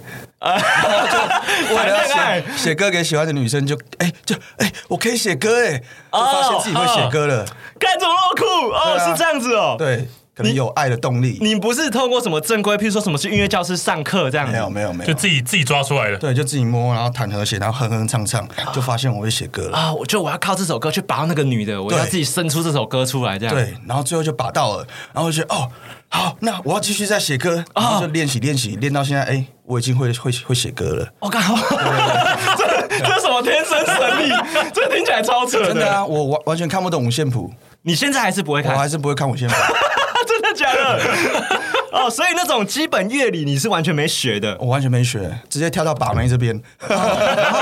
Speaker 1: 我
Speaker 3: 为了要
Speaker 1: 恋爱
Speaker 3: 写写歌给喜欢的女生就，哎就哎，我可以写歌哎，就
Speaker 1: 哦
Speaker 3: 发现自己会写歌了，
Speaker 1: 干怎么那么酷哦，
Speaker 3: 对啊
Speaker 1: 是这样子哦。，
Speaker 3: 对，可能有爱的动力。
Speaker 1: 你不是透过什么正规，譬如说什么去音乐教室上课这样
Speaker 3: 没有
Speaker 1: 子
Speaker 3: 没有没
Speaker 5: 就
Speaker 3: 有，
Speaker 5: 自己自己抓出来的。
Speaker 3: 对，就自己摸，然后弹和弦，然后哼哼唱唱，就发现我会写歌了。
Speaker 1: 啊？我就我要靠这首歌去拔那个女的，我要
Speaker 3: 对
Speaker 1: 自己生出这首歌出来这样。，
Speaker 3: 对，然后最后就把到了，然后我就觉得哦，好，那我要继续再写歌，
Speaker 1: 哦
Speaker 3: 然后就练习练习，练到现在，哎，我已经会会会写歌了。
Speaker 1: 我 靠，哦这这什么天生神力？这听起来超 扯
Speaker 3: 真的
Speaker 1: 的。
Speaker 3: 啊，我完完全看不懂五线 谱，
Speaker 1: 你现在还是不会
Speaker 3: 我
Speaker 1: 看
Speaker 3: 还，是不会看五线谱。
Speaker 1: 真的假的？哦，所以那种基本乐理你是完全没学 的，
Speaker 3: 我完全没学，直接跳到把妹 这边。
Speaker 1: 然后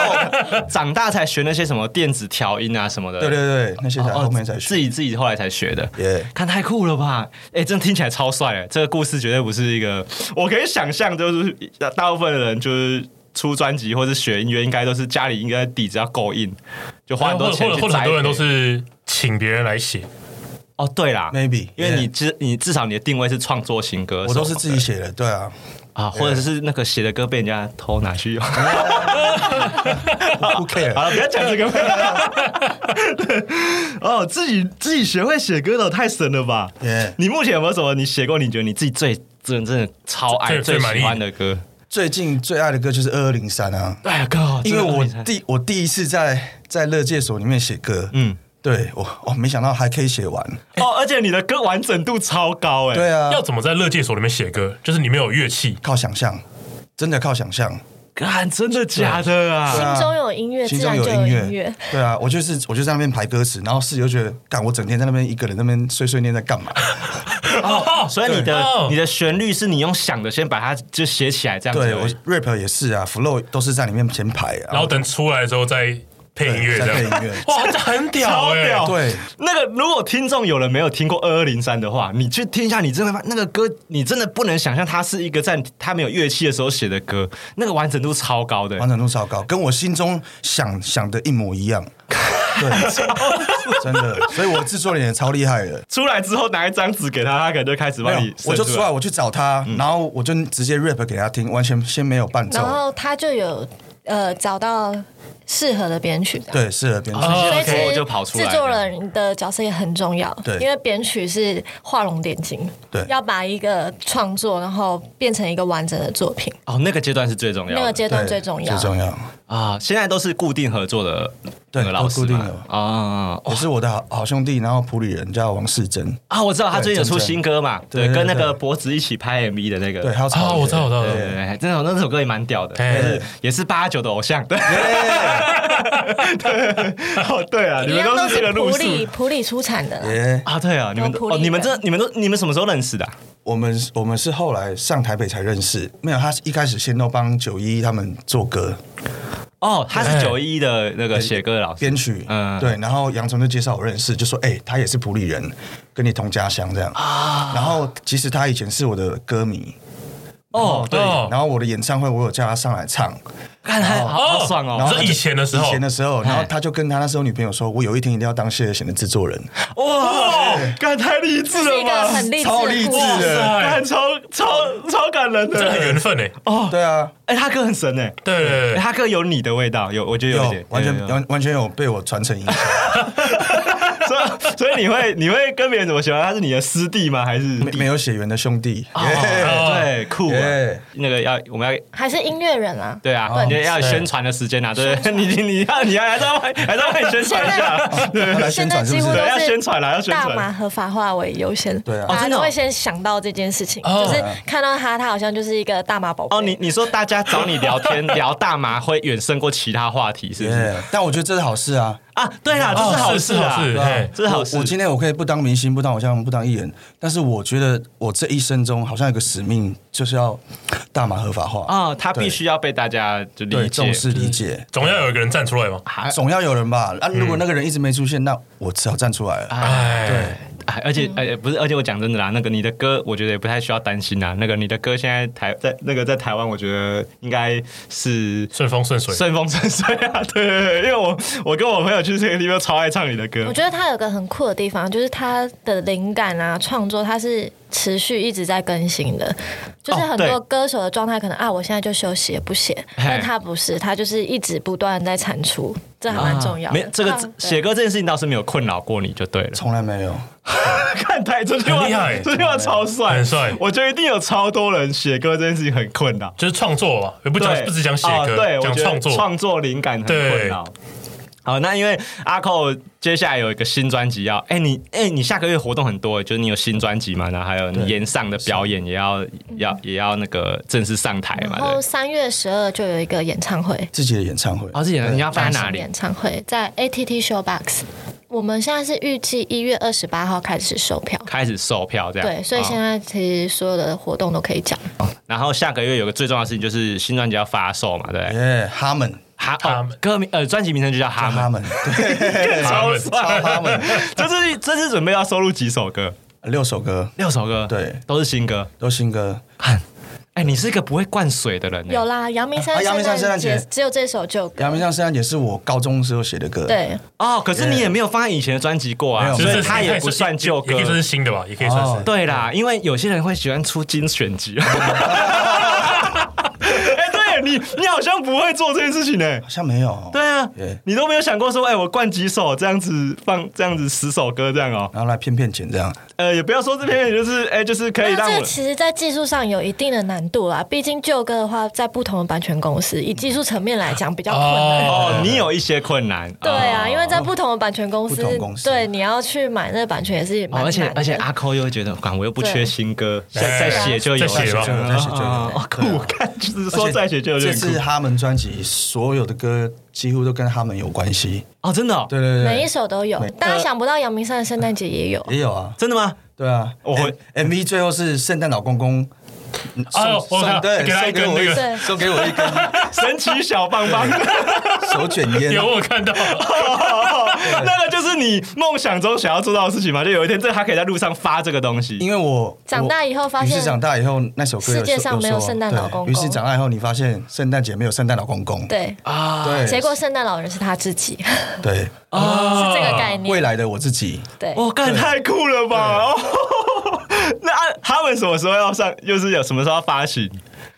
Speaker 1: 长大才学那些什么电子调音啊什么的。
Speaker 3: 对对对，那些才后面才
Speaker 1: 哦自
Speaker 3: 学。
Speaker 1: 己自己后来才学的。
Speaker 3: 耶
Speaker 1: 看太酷了吧！哎、真的听起来超帅哎！这个故事绝对不是一个，我可以想象，就是大部分的人就是出专辑或者学音乐，应该都是家里应该底子要够硬，就花很多
Speaker 5: 或者
Speaker 1: 钱
Speaker 5: 或者
Speaker 1: 去
Speaker 5: 或者很多
Speaker 1: 栽
Speaker 5: 人
Speaker 1: 培
Speaker 5: 都是请别人来写，
Speaker 1: 哦，对啦
Speaker 3: Maybe，
Speaker 1: 因为
Speaker 3: yeah
Speaker 1: 你至你至少你的定位是创作型歌手嘛，
Speaker 3: 我都是自己写的，对 啊，
Speaker 1: 啊，或者是那个写的歌被人家偷拿去用。
Speaker 3: 不 care
Speaker 1: 好了，不要讲这 个。哦，自己自己学会写歌的太神了吧
Speaker 3: Yeah
Speaker 1: 你目前有没有什么你写过你觉得你自己最真真的超爱、
Speaker 5: 最
Speaker 1: 最
Speaker 5: 最满意
Speaker 1: 喜欢的歌？
Speaker 3: 最近最爱的歌就是二二零三啊，
Speaker 1: 哎呀哥，
Speaker 3: 因为
Speaker 1: 真的
Speaker 3: 我
Speaker 1: 很厉害
Speaker 3: 第我第一次在在乐界所里面写歌，
Speaker 1: 嗯
Speaker 3: 嗯，对我我没想到还可以写完，
Speaker 1: 哦，而且你的歌完整度超高哎、
Speaker 3: 对啊，
Speaker 5: 要怎么在乐界所里面写歌？就是你没有乐器，
Speaker 3: 靠想象，真的靠想象，
Speaker 1: 干，真的假的
Speaker 6: 呃
Speaker 1: 啊？
Speaker 2: 心中有音乐，
Speaker 3: 心
Speaker 2: 自
Speaker 3: 中
Speaker 2: 然就
Speaker 3: 音
Speaker 2: 有音乐。，
Speaker 3: 对啊，我就是我就在那边排歌词，然后室友就觉得，干我整天在那边一个人在那边碎碎念在干嘛？啊
Speaker 5: 哦
Speaker 1: 所以你的、
Speaker 5: 哦
Speaker 1: 你的旋律是你用想的，先把它就写起来这样子而已。
Speaker 3: 对我 rap 也是啊，flow 都是在里面先排，啊
Speaker 5: 然后等出来之后再配音乐这
Speaker 3: 对再
Speaker 5: 样
Speaker 3: 配音乐。
Speaker 5: 哇，这很屌
Speaker 1: 超
Speaker 5: 哎！
Speaker 1: 屌！
Speaker 3: 对，
Speaker 1: 那个如果听众有人没有听过二二零三的话，你去听一下，你真的发那个歌，你真的不能想象它是一个在他没有乐器的时候写的歌，那个完整度超高的、
Speaker 3: 完成度超高，跟我心中想想的一模一 样。对，真的，所以我制作人也超厉害的。
Speaker 1: 出来之后拿一张纸给他，他可能就开始
Speaker 3: 没
Speaker 1: 帮
Speaker 3: 有
Speaker 1: 你，
Speaker 3: 我就
Speaker 5: 啊
Speaker 1: 渗
Speaker 3: 出来，
Speaker 1: 来。
Speaker 3: 我去找他，
Speaker 5: 嗯
Speaker 3: 然后我就直接 rap 给他听，完全先没有伴
Speaker 2: 然
Speaker 3: 奏。
Speaker 2: 后他就有呃找到适合的编曲，
Speaker 3: 对，适合编曲。
Speaker 5: 哦
Speaker 2: 所以其
Speaker 5: OK，
Speaker 1: 我
Speaker 2: 实
Speaker 1: 就跑出来
Speaker 2: 制
Speaker 1: 了
Speaker 2: 作人的角色也很重要，
Speaker 3: 对
Speaker 2: 因为编曲是画龙点睛，
Speaker 3: 对
Speaker 2: 要把一个创作然后变成一个完整的作品，
Speaker 1: 哦，那个阶段是最重要的。
Speaker 2: 那个阶段
Speaker 3: 对，
Speaker 2: 最重要。
Speaker 3: 最重要。
Speaker 1: 啊，现在都是固定合作的那
Speaker 3: 对
Speaker 1: 个老师
Speaker 3: 都固定
Speaker 1: 嘛
Speaker 3: 了
Speaker 1: 啊
Speaker 3: 我是我的好好兄弟，然后普里人叫王世珍，
Speaker 1: 啊！我知道他最近有出
Speaker 3: 对正正
Speaker 1: 新歌嘛，对，
Speaker 3: 对对
Speaker 1: 跟那个
Speaker 3: 对
Speaker 1: 脖子一起拍 MV 的那个，
Speaker 3: 对，还有
Speaker 5: 啊，
Speaker 3: 曹
Speaker 5: 我知道，我知道，我知
Speaker 1: 对
Speaker 5: 道
Speaker 1: 对，对那首那首歌也蛮屌的，
Speaker 5: 哎
Speaker 1: 就是也是八九的偶像， 对，对，哦对啊，你
Speaker 2: 一
Speaker 1: 们
Speaker 2: 样
Speaker 1: 都
Speaker 2: 都
Speaker 1: 是这个
Speaker 2: 是
Speaker 1: 路
Speaker 2: 普
Speaker 1: 数
Speaker 2: 里普里出产的啦，
Speaker 3: 耶，
Speaker 1: 啊，对啊，你们
Speaker 2: 都
Speaker 1: 都
Speaker 2: 普
Speaker 1: 哦，
Speaker 2: 利
Speaker 1: 你们
Speaker 2: 人
Speaker 1: 这你们都你们什么时候认识的啊、
Speaker 3: 我们我们是后来上台北才认识，没有，他是一开始先都帮九一他们做歌
Speaker 1: 哦，他是
Speaker 5: 哎
Speaker 1: 九一的那个写歌的老师
Speaker 3: 编曲，
Speaker 1: 嗯
Speaker 3: 嗯，对，然后杨丞就介绍我认识，就说，哎，他也是普里人，跟你同家乡这样啊，然后其实他以前是我的歌迷，
Speaker 1: 哦，对，
Speaker 5: 哦
Speaker 3: 然后我的演唱会我有叫他上来唱，
Speaker 1: 看他好好爽
Speaker 3: 然
Speaker 1: 哦
Speaker 3: 后，
Speaker 5: 这
Speaker 3: 他就
Speaker 5: 以前的时候
Speaker 3: 以前的时候，然后他就跟他那时候女朋友说，我有一天一定要当谢贤的制作人，
Speaker 1: 哇，干太励志
Speaker 2: 是
Speaker 1: 了
Speaker 2: 一个
Speaker 1: 吧，
Speaker 2: 很励志
Speaker 3: 超励
Speaker 2: 的
Speaker 3: 志
Speaker 2: 故事。
Speaker 3: 的，
Speaker 5: 哎
Speaker 1: 干超超超感人
Speaker 5: 这
Speaker 1: 的，
Speaker 5: 很缘分哎。
Speaker 3: 对啊，
Speaker 1: 哎，他歌很神哎，
Speaker 5: 对对对
Speaker 6: 哦
Speaker 1: 哎
Speaker 5: 对，
Speaker 1: 他歌有你的味道，有我觉得有一
Speaker 3: 有
Speaker 1: 点
Speaker 3: 完全
Speaker 1: 有有
Speaker 3: 完完全有被我传承影响。
Speaker 1: 所以所以你会你会跟别人怎么喜欢？他是你的师弟吗？还是
Speaker 3: 没没有血缘的兄弟，耶
Speaker 1: 哦对酷啊
Speaker 3: 耶
Speaker 1: 那个要我们要。
Speaker 2: 还是音乐人啊，
Speaker 1: 对啊，
Speaker 6: 哦
Speaker 1: 你要
Speaker 5: 对
Speaker 1: 宣传的时间啊，对， 你你你要你要还是要还是要帮你宣传一 下，对
Speaker 3: 要来宣
Speaker 2: 现在
Speaker 3: 传是
Speaker 2: 几
Speaker 3: 不
Speaker 2: 乎
Speaker 3: 是？
Speaker 1: 对要宣
Speaker 2: 都
Speaker 1: 传啊啦要
Speaker 2: 是
Speaker 1: 宣传
Speaker 2: 大麻合法化为优先，
Speaker 3: 对啊
Speaker 1: 哦
Speaker 2: 大
Speaker 1: 真
Speaker 2: 家
Speaker 1: 的哦
Speaker 2: 都会先想到这件事情，
Speaker 5: 哦
Speaker 2: 就是看到他，他好像就是一个大麻宝贝
Speaker 1: 哦，你你说大家找你聊 天聊大麻会远胜过其他话题，是不是？
Speaker 3: 耶但我觉得这是好事啊，
Speaker 1: 啊，对
Speaker 2: 哦
Speaker 1: 啦，这是好事啊，
Speaker 5: 哦是是好事嘿
Speaker 1: 这是好事
Speaker 3: 我我今天我可以不当明星，不当偶像，不当艺人，但是我觉得我这一生中好像有个使命，就是要大麻合法化
Speaker 1: 啊，他
Speaker 3: 对
Speaker 1: 必须要被大家啊就理
Speaker 3: 对
Speaker 1: 解
Speaker 3: 重。视理解。
Speaker 5: 总要有一个人站出来嘛。
Speaker 3: 总要有人吧？啊，如果那个人一直没出现，那我只好站出来了。
Speaker 1: 哎，
Speaker 6: 啊而
Speaker 2: 嗯
Speaker 6: 且而且不是，而且我讲真的啦，那个你的歌，我觉得也不太需要担心啦。那个你的歌现在台在那个在台湾，我觉得应该是
Speaker 5: 顺风顺水。
Speaker 6: 顺风顺水 啊。对对对，因为我我跟我朋友去 KTV 超爱唱你的歌
Speaker 2: 我，觉得他有个很酷的地方，就是他的灵感啊、创作，他是持续一直在更新的。就是
Speaker 6: 哦
Speaker 2: 很
Speaker 6: 对
Speaker 2: 多歌手的状态，可能啊，我现在就休息也不写，但他不是，他就是一直不断地在产出，这还蛮重要的。
Speaker 6: 没这个
Speaker 2: 啊对
Speaker 6: 写歌这件事情倒是没有困扰过你就对了。
Speaker 3: 从来没有。
Speaker 6: 看台这句话
Speaker 5: 很厉害
Speaker 6: 这句话超帅，
Speaker 5: 很帅
Speaker 6: 我觉得一定有超多人写歌这件事情很困扰。
Speaker 5: 就是创作吧，也不讲
Speaker 6: 对
Speaker 5: 不只讲写
Speaker 6: 哦对
Speaker 5: 歌，讲
Speaker 6: 我觉得
Speaker 5: 创作。
Speaker 6: 创作灵感很困扰。好，那因为阿寇接下来有一个新专辑要，哎、你哎、你下个月活动很多，就是你有新专辑嘛，然后还有你演上的表演也要要也要那个正式上台
Speaker 2: 然
Speaker 6: 嘛，对不
Speaker 2: 后
Speaker 6: 对。
Speaker 2: 三月十二就有一个演唱会，
Speaker 3: 自己的演唱会，
Speaker 6: 哦，是演你要放在哪里？
Speaker 2: 演唱会在 ATT Showbox，我们现在是预计一月二十八号开始售票。
Speaker 6: 开始售票这样。
Speaker 2: 对，所以
Speaker 6: 哦
Speaker 2: 现在其实所有的活动都可以讲。
Speaker 6: 然后下个月有个最重要的事情就是新专辑要发售嘛，对不对？
Speaker 3: 耶，哈们，
Speaker 6: 哈
Speaker 5: 他
Speaker 6: 哦
Speaker 5: 们
Speaker 6: 歌名呃，专辑名称就叫哈
Speaker 3: 哈
Speaker 6: 们，
Speaker 3: 们，对，
Speaker 5: 他们
Speaker 3: 超哈们，
Speaker 6: 这是这是准备要收录几首歌？
Speaker 3: 六首歌
Speaker 6: 六首歌，
Speaker 3: 对
Speaker 6: 都是新歌。
Speaker 3: 都新歌，
Speaker 6: 哎、你是一个不会灌水的人、欸，
Speaker 2: 有啦，阳明山
Speaker 3: 啊阳明山
Speaker 2: 圣诞
Speaker 3: 圣
Speaker 2: 节
Speaker 3: 诞节
Speaker 2: 只有这首旧歌
Speaker 3: 阳。明山圣诞节是我高中时候写的歌，，
Speaker 2: 对，
Speaker 6: 哦，可是你也没有放在以前的专辑过
Speaker 3: 没
Speaker 6: 啊，
Speaker 3: 有
Speaker 6: 所
Speaker 5: 就
Speaker 6: 以
Speaker 5: 是
Speaker 6: 它也不算旧
Speaker 5: 也
Speaker 6: 歌
Speaker 5: 可以。算是新的吧，也可以算是
Speaker 3: 哦。
Speaker 6: 对啦，因为有些人会喜欢出精选集。哎，对你，你好像不会做这件事情呢、
Speaker 3: 好像没有，
Speaker 6: 对啊
Speaker 3: 对，
Speaker 6: 你都没有想过说，哎、我灌几首这样子放，这样子十首歌这样哦、
Speaker 3: 然后来骗骗钱这样，
Speaker 6: 呃，也不要说这篇，就是哎、就是可以
Speaker 2: 那
Speaker 6: 让
Speaker 2: 这
Speaker 6: 我
Speaker 2: 个其实，在技术上有一定的难度啦。毕竟旧歌的话，在不同的版权公司，以技术层面来讲比较困难。
Speaker 6: 哦，你有一些困难。
Speaker 2: 对啊，
Speaker 6: 哦
Speaker 2: 因为在不同的版权公司
Speaker 3: 不同公，司
Speaker 2: 对你要去买那个版权也是蛮
Speaker 6: 哦，
Speaker 2: 难
Speaker 6: 而且
Speaker 2: 的
Speaker 6: 而且阿抠又会觉得，管我又不缺
Speaker 2: 对
Speaker 6: 新歌，再
Speaker 5: 哎
Speaker 6: 再写就有了，
Speaker 5: 再写吧
Speaker 3: 再写就
Speaker 1: 啊
Speaker 3: 有
Speaker 6: 哦哦酷，我看就是说再写就有
Speaker 3: 这
Speaker 6: 点酷
Speaker 3: 次哈们专辑所有的歌几乎都跟哈们有关系，
Speaker 6: 哦，真的哦，
Speaker 3: 对对
Speaker 2: 每一
Speaker 3: 对，
Speaker 2: 首都有
Speaker 3: 每。
Speaker 2: 大家想不到阳明山的圣诞节也有，
Speaker 3: 也有啊，
Speaker 6: 真的吗？
Speaker 3: 对啊，
Speaker 6: 我会
Speaker 3: M- MV 最后是圣诞老公公。
Speaker 5: 哎呦我看
Speaker 3: 送对，
Speaker 5: 给他
Speaker 3: 送
Speaker 5: 一根
Speaker 3: 给我
Speaker 5: 那
Speaker 2: 个
Speaker 3: 一送给我一根
Speaker 6: 神奇小棒 棒，
Speaker 3: 手卷烟，
Speaker 5: 有我 看到，
Speaker 6: 那个就是你梦想中想要做到的事情嘛？就有一天，这他可以在路上发这个东西。
Speaker 3: 因为我
Speaker 2: 长大以后发现
Speaker 3: 于是长大以后那首歌有
Speaker 2: 世界上没有
Speaker 3: 说
Speaker 2: 圣诞老公公
Speaker 3: 对于是长大以后你发现圣诞节没有圣诞老公公，
Speaker 2: 对，
Speaker 3: 对，
Speaker 2: 结果圣诞老人是他自己，啊是
Speaker 3: 对
Speaker 2: 这个概
Speaker 3: 未
Speaker 2: 念。
Speaker 3: 来的我自己，
Speaker 2: 对，
Speaker 1: 哦
Speaker 6: 我干，太酷了吧！哦那啊他们什么时候要上？就是有什么时候要发行？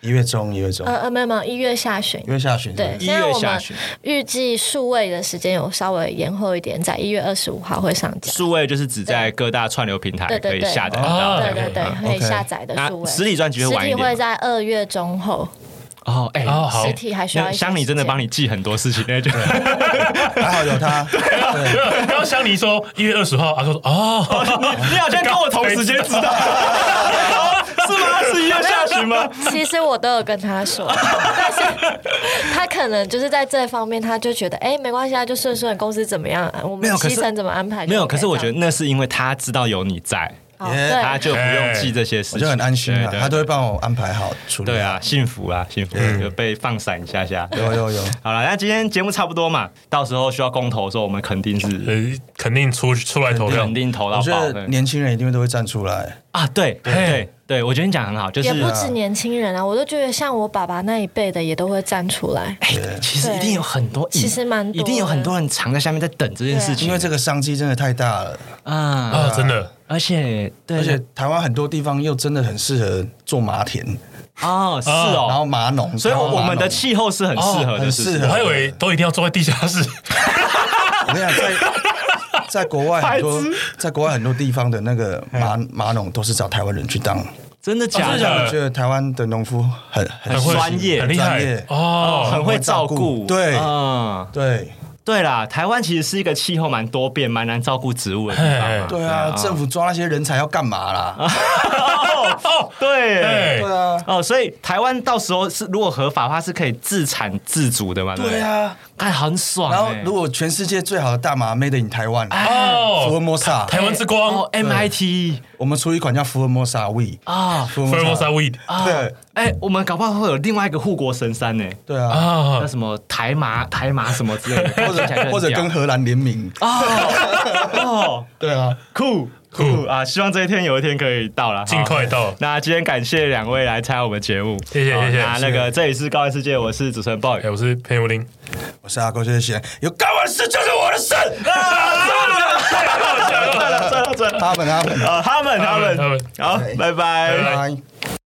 Speaker 3: 一月中一月中
Speaker 2: 呃呃，没有没有，一月下旬
Speaker 3: 一。月下旬，
Speaker 2: 对，
Speaker 6: 一
Speaker 2: 现在
Speaker 6: 月
Speaker 2: 我
Speaker 6: 下
Speaker 2: 们
Speaker 6: 旬
Speaker 2: 预计数位的时间有稍微延后一点，在一月二十五号会上架。
Speaker 6: 数位就是只在各大串流平台
Speaker 2: 对对
Speaker 6: 可以
Speaker 2: 对
Speaker 6: 下载
Speaker 5: 哦
Speaker 6: 到。
Speaker 2: 对对对，可以
Speaker 3: OK
Speaker 2: 下载的
Speaker 6: 那
Speaker 2: 数位。
Speaker 6: 啊实体专辑会晚一
Speaker 2: 实体会
Speaker 6: 点吗
Speaker 2: 在二月中后，
Speaker 6: 哦，哎，
Speaker 5: 哦好
Speaker 2: 实体还需要
Speaker 6: 那
Speaker 2: 一些
Speaker 6: 香你真的
Speaker 2: 时间
Speaker 6: 帮你记很多事情，那就
Speaker 3: 还好有他，对，
Speaker 5: 刚刚香妮说一月二十号，阿哥说哦，
Speaker 6: 你好像跟我同时间知 道，哦是吗？是一月下旬吗？
Speaker 2: 其实我都有跟他 说，但是他可能就是在这方面，他就觉得哎、没关系啊，就顺顺公司怎么样，啊我
Speaker 6: 没
Speaker 2: 们
Speaker 6: 有可
Speaker 2: 七
Speaker 6: 是
Speaker 2: 成怎么安排就 OK 这样？
Speaker 6: 没有，可是我觉得那是因为他知道有你在，
Speaker 2: 哦
Speaker 3: 耶
Speaker 2: 对
Speaker 6: 啊他就不用记这些事
Speaker 3: 我
Speaker 6: 情，
Speaker 3: 就很安心
Speaker 6: 对
Speaker 3: 了，
Speaker 6: 对
Speaker 3: 他都会帮我安排好处理。
Speaker 6: 对啊，，幸福啊，幸福就被放闪一下下。
Speaker 3: 有有有，
Speaker 6: 好了，那今天节目差不多嘛，到时候需要公投的时候，我们肯定是
Speaker 5: 呃，肯定出出来投票
Speaker 6: 肯，定投到
Speaker 3: 我觉
Speaker 6: 爆
Speaker 3: 得
Speaker 6: 的
Speaker 3: 年轻人一定都会站出来，
Speaker 6: 啊！对对对对，我觉得你讲得很好，就
Speaker 2: 也
Speaker 6: 是
Speaker 2: 不止年轻人啊，我都觉得像我爸爸那一辈的也都会站出来。
Speaker 6: 哎，其实一定有很多，
Speaker 2: 其实蛮多
Speaker 6: 一定有很多人藏在下面在等这件事情，
Speaker 3: 因为这个商机真的太大了，
Speaker 6: 啊，
Speaker 5: 啊，真的，
Speaker 6: 而且对，
Speaker 3: 而且台湾很多地方又真的很适合做麻田，
Speaker 6: 哦是
Speaker 3: 然
Speaker 6: 哦，
Speaker 3: 后麻农，
Speaker 6: 所以我
Speaker 3: 台湾麻农
Speaker 6: 我们的气候是很适合
Speaker 3: 哦
Speaker 6: 的，
Speaker 3: 很
Speaker 6: 是不是
Speaker 3: 适
Speaker 5: 我
Speaker 3: 合
Speaker 5: 还以为都一定要坐在地下室，
Speaker 3: 我跟你讲， 在在国外很多，在国外很多地方的那个麻麻农都是找台湾人去当，
Speaker 6: 真的假
Speaker 5: 哦真的假
Speaker 6: 的？
Speaker 5: 的
Speaker 3: 我觉得台湾的农夫很很
Speaker 5: 很会
Speaker 6: 专业
Speaker 5: 很厉
Speaker 3: 专
Speaker 5: 害
Speaker 3: 业
Speaker 5: 哦，
Speaker 6: 很会照顾，
Speaker 3: 很会照顾对
Speaker 6: 嗯，
Speaker 3: 对
Speaker 6: 对啦，台湾其实是一个气候蛮多变、蛮难照顾植物的地方嘛。
Speaker 5: 嘿
Speaker 3: 对啊，政府抓那些人才要干嘛啦？
Speaker 6: 哦，对，
Speaker 5: 对
Speaker 3: 对啊，
Speaker 6: 哦，所以台湾到时候是如果合法的话，是可以自产自足的嘛？对不
Speaker 3: 对
Speaker 6: 对，
Speaker 3: 啊，
Speaker 6: 哎，很
Speaker 1: 哦
Speaker 6: 爽欸。
Speaker 3: 然后如果全世界最好的大麻 made in 台湾，福尔
Speaker 5: 哦，
Speaker 3: 摩沙，
Speaker 5: 台湾之光
Speaker 6: 哦，MIT
Speaker 3: 我们出一款叫福尔摩沙 We，
Speaker 6: 啊，
Speaker 3: 福
Speaker 5: ，Formosa Weed
Speaker 3: 对
Speaker 6: 哎，我们搞不好会有另外一个护国神山呢，
Speaker 3: 对啊，
Speaker 5: 啊
Speaker 6: 叫，什么台麻、台麻什么之类的，
Speaker 3: 或
Speaker 6: 听起来就
Speaker 3: 者
Speaker 6: 很
Speaker 3: 或者
Speaker 6: 屌
Speaker 3: 跟荷兰联名，
Speaker 6: 哦哦
Speaker 3: 对啊，
Speaker 6: 酷
Speaker 1: 酷啊！希望这一天有一天可以到了，
Speaker 5: 尽快到
Speaker 1: 好那今天感谢两位来参加我们节目，
Speaker 5: 谢谢
Speaker 1: 好
Speaker 5: 谢谢
Speaker 1: 那那个这里是高玩世界，我是主持人 boy
Speaker 5: 哎、。我是裴武林，
Speaker 3: 我是阿狗，谢谢。有干完事就是我的事。
Speaker 1: 算了算了算了，
Speaker 3: 他们他们，
Speaker 6: 啊
Speaker 1: 呃，他们他
Speaker 5: 他们
Speaker 1: 们，好，拜拜
Speaker 5: 拜
Speaker 3: 拜。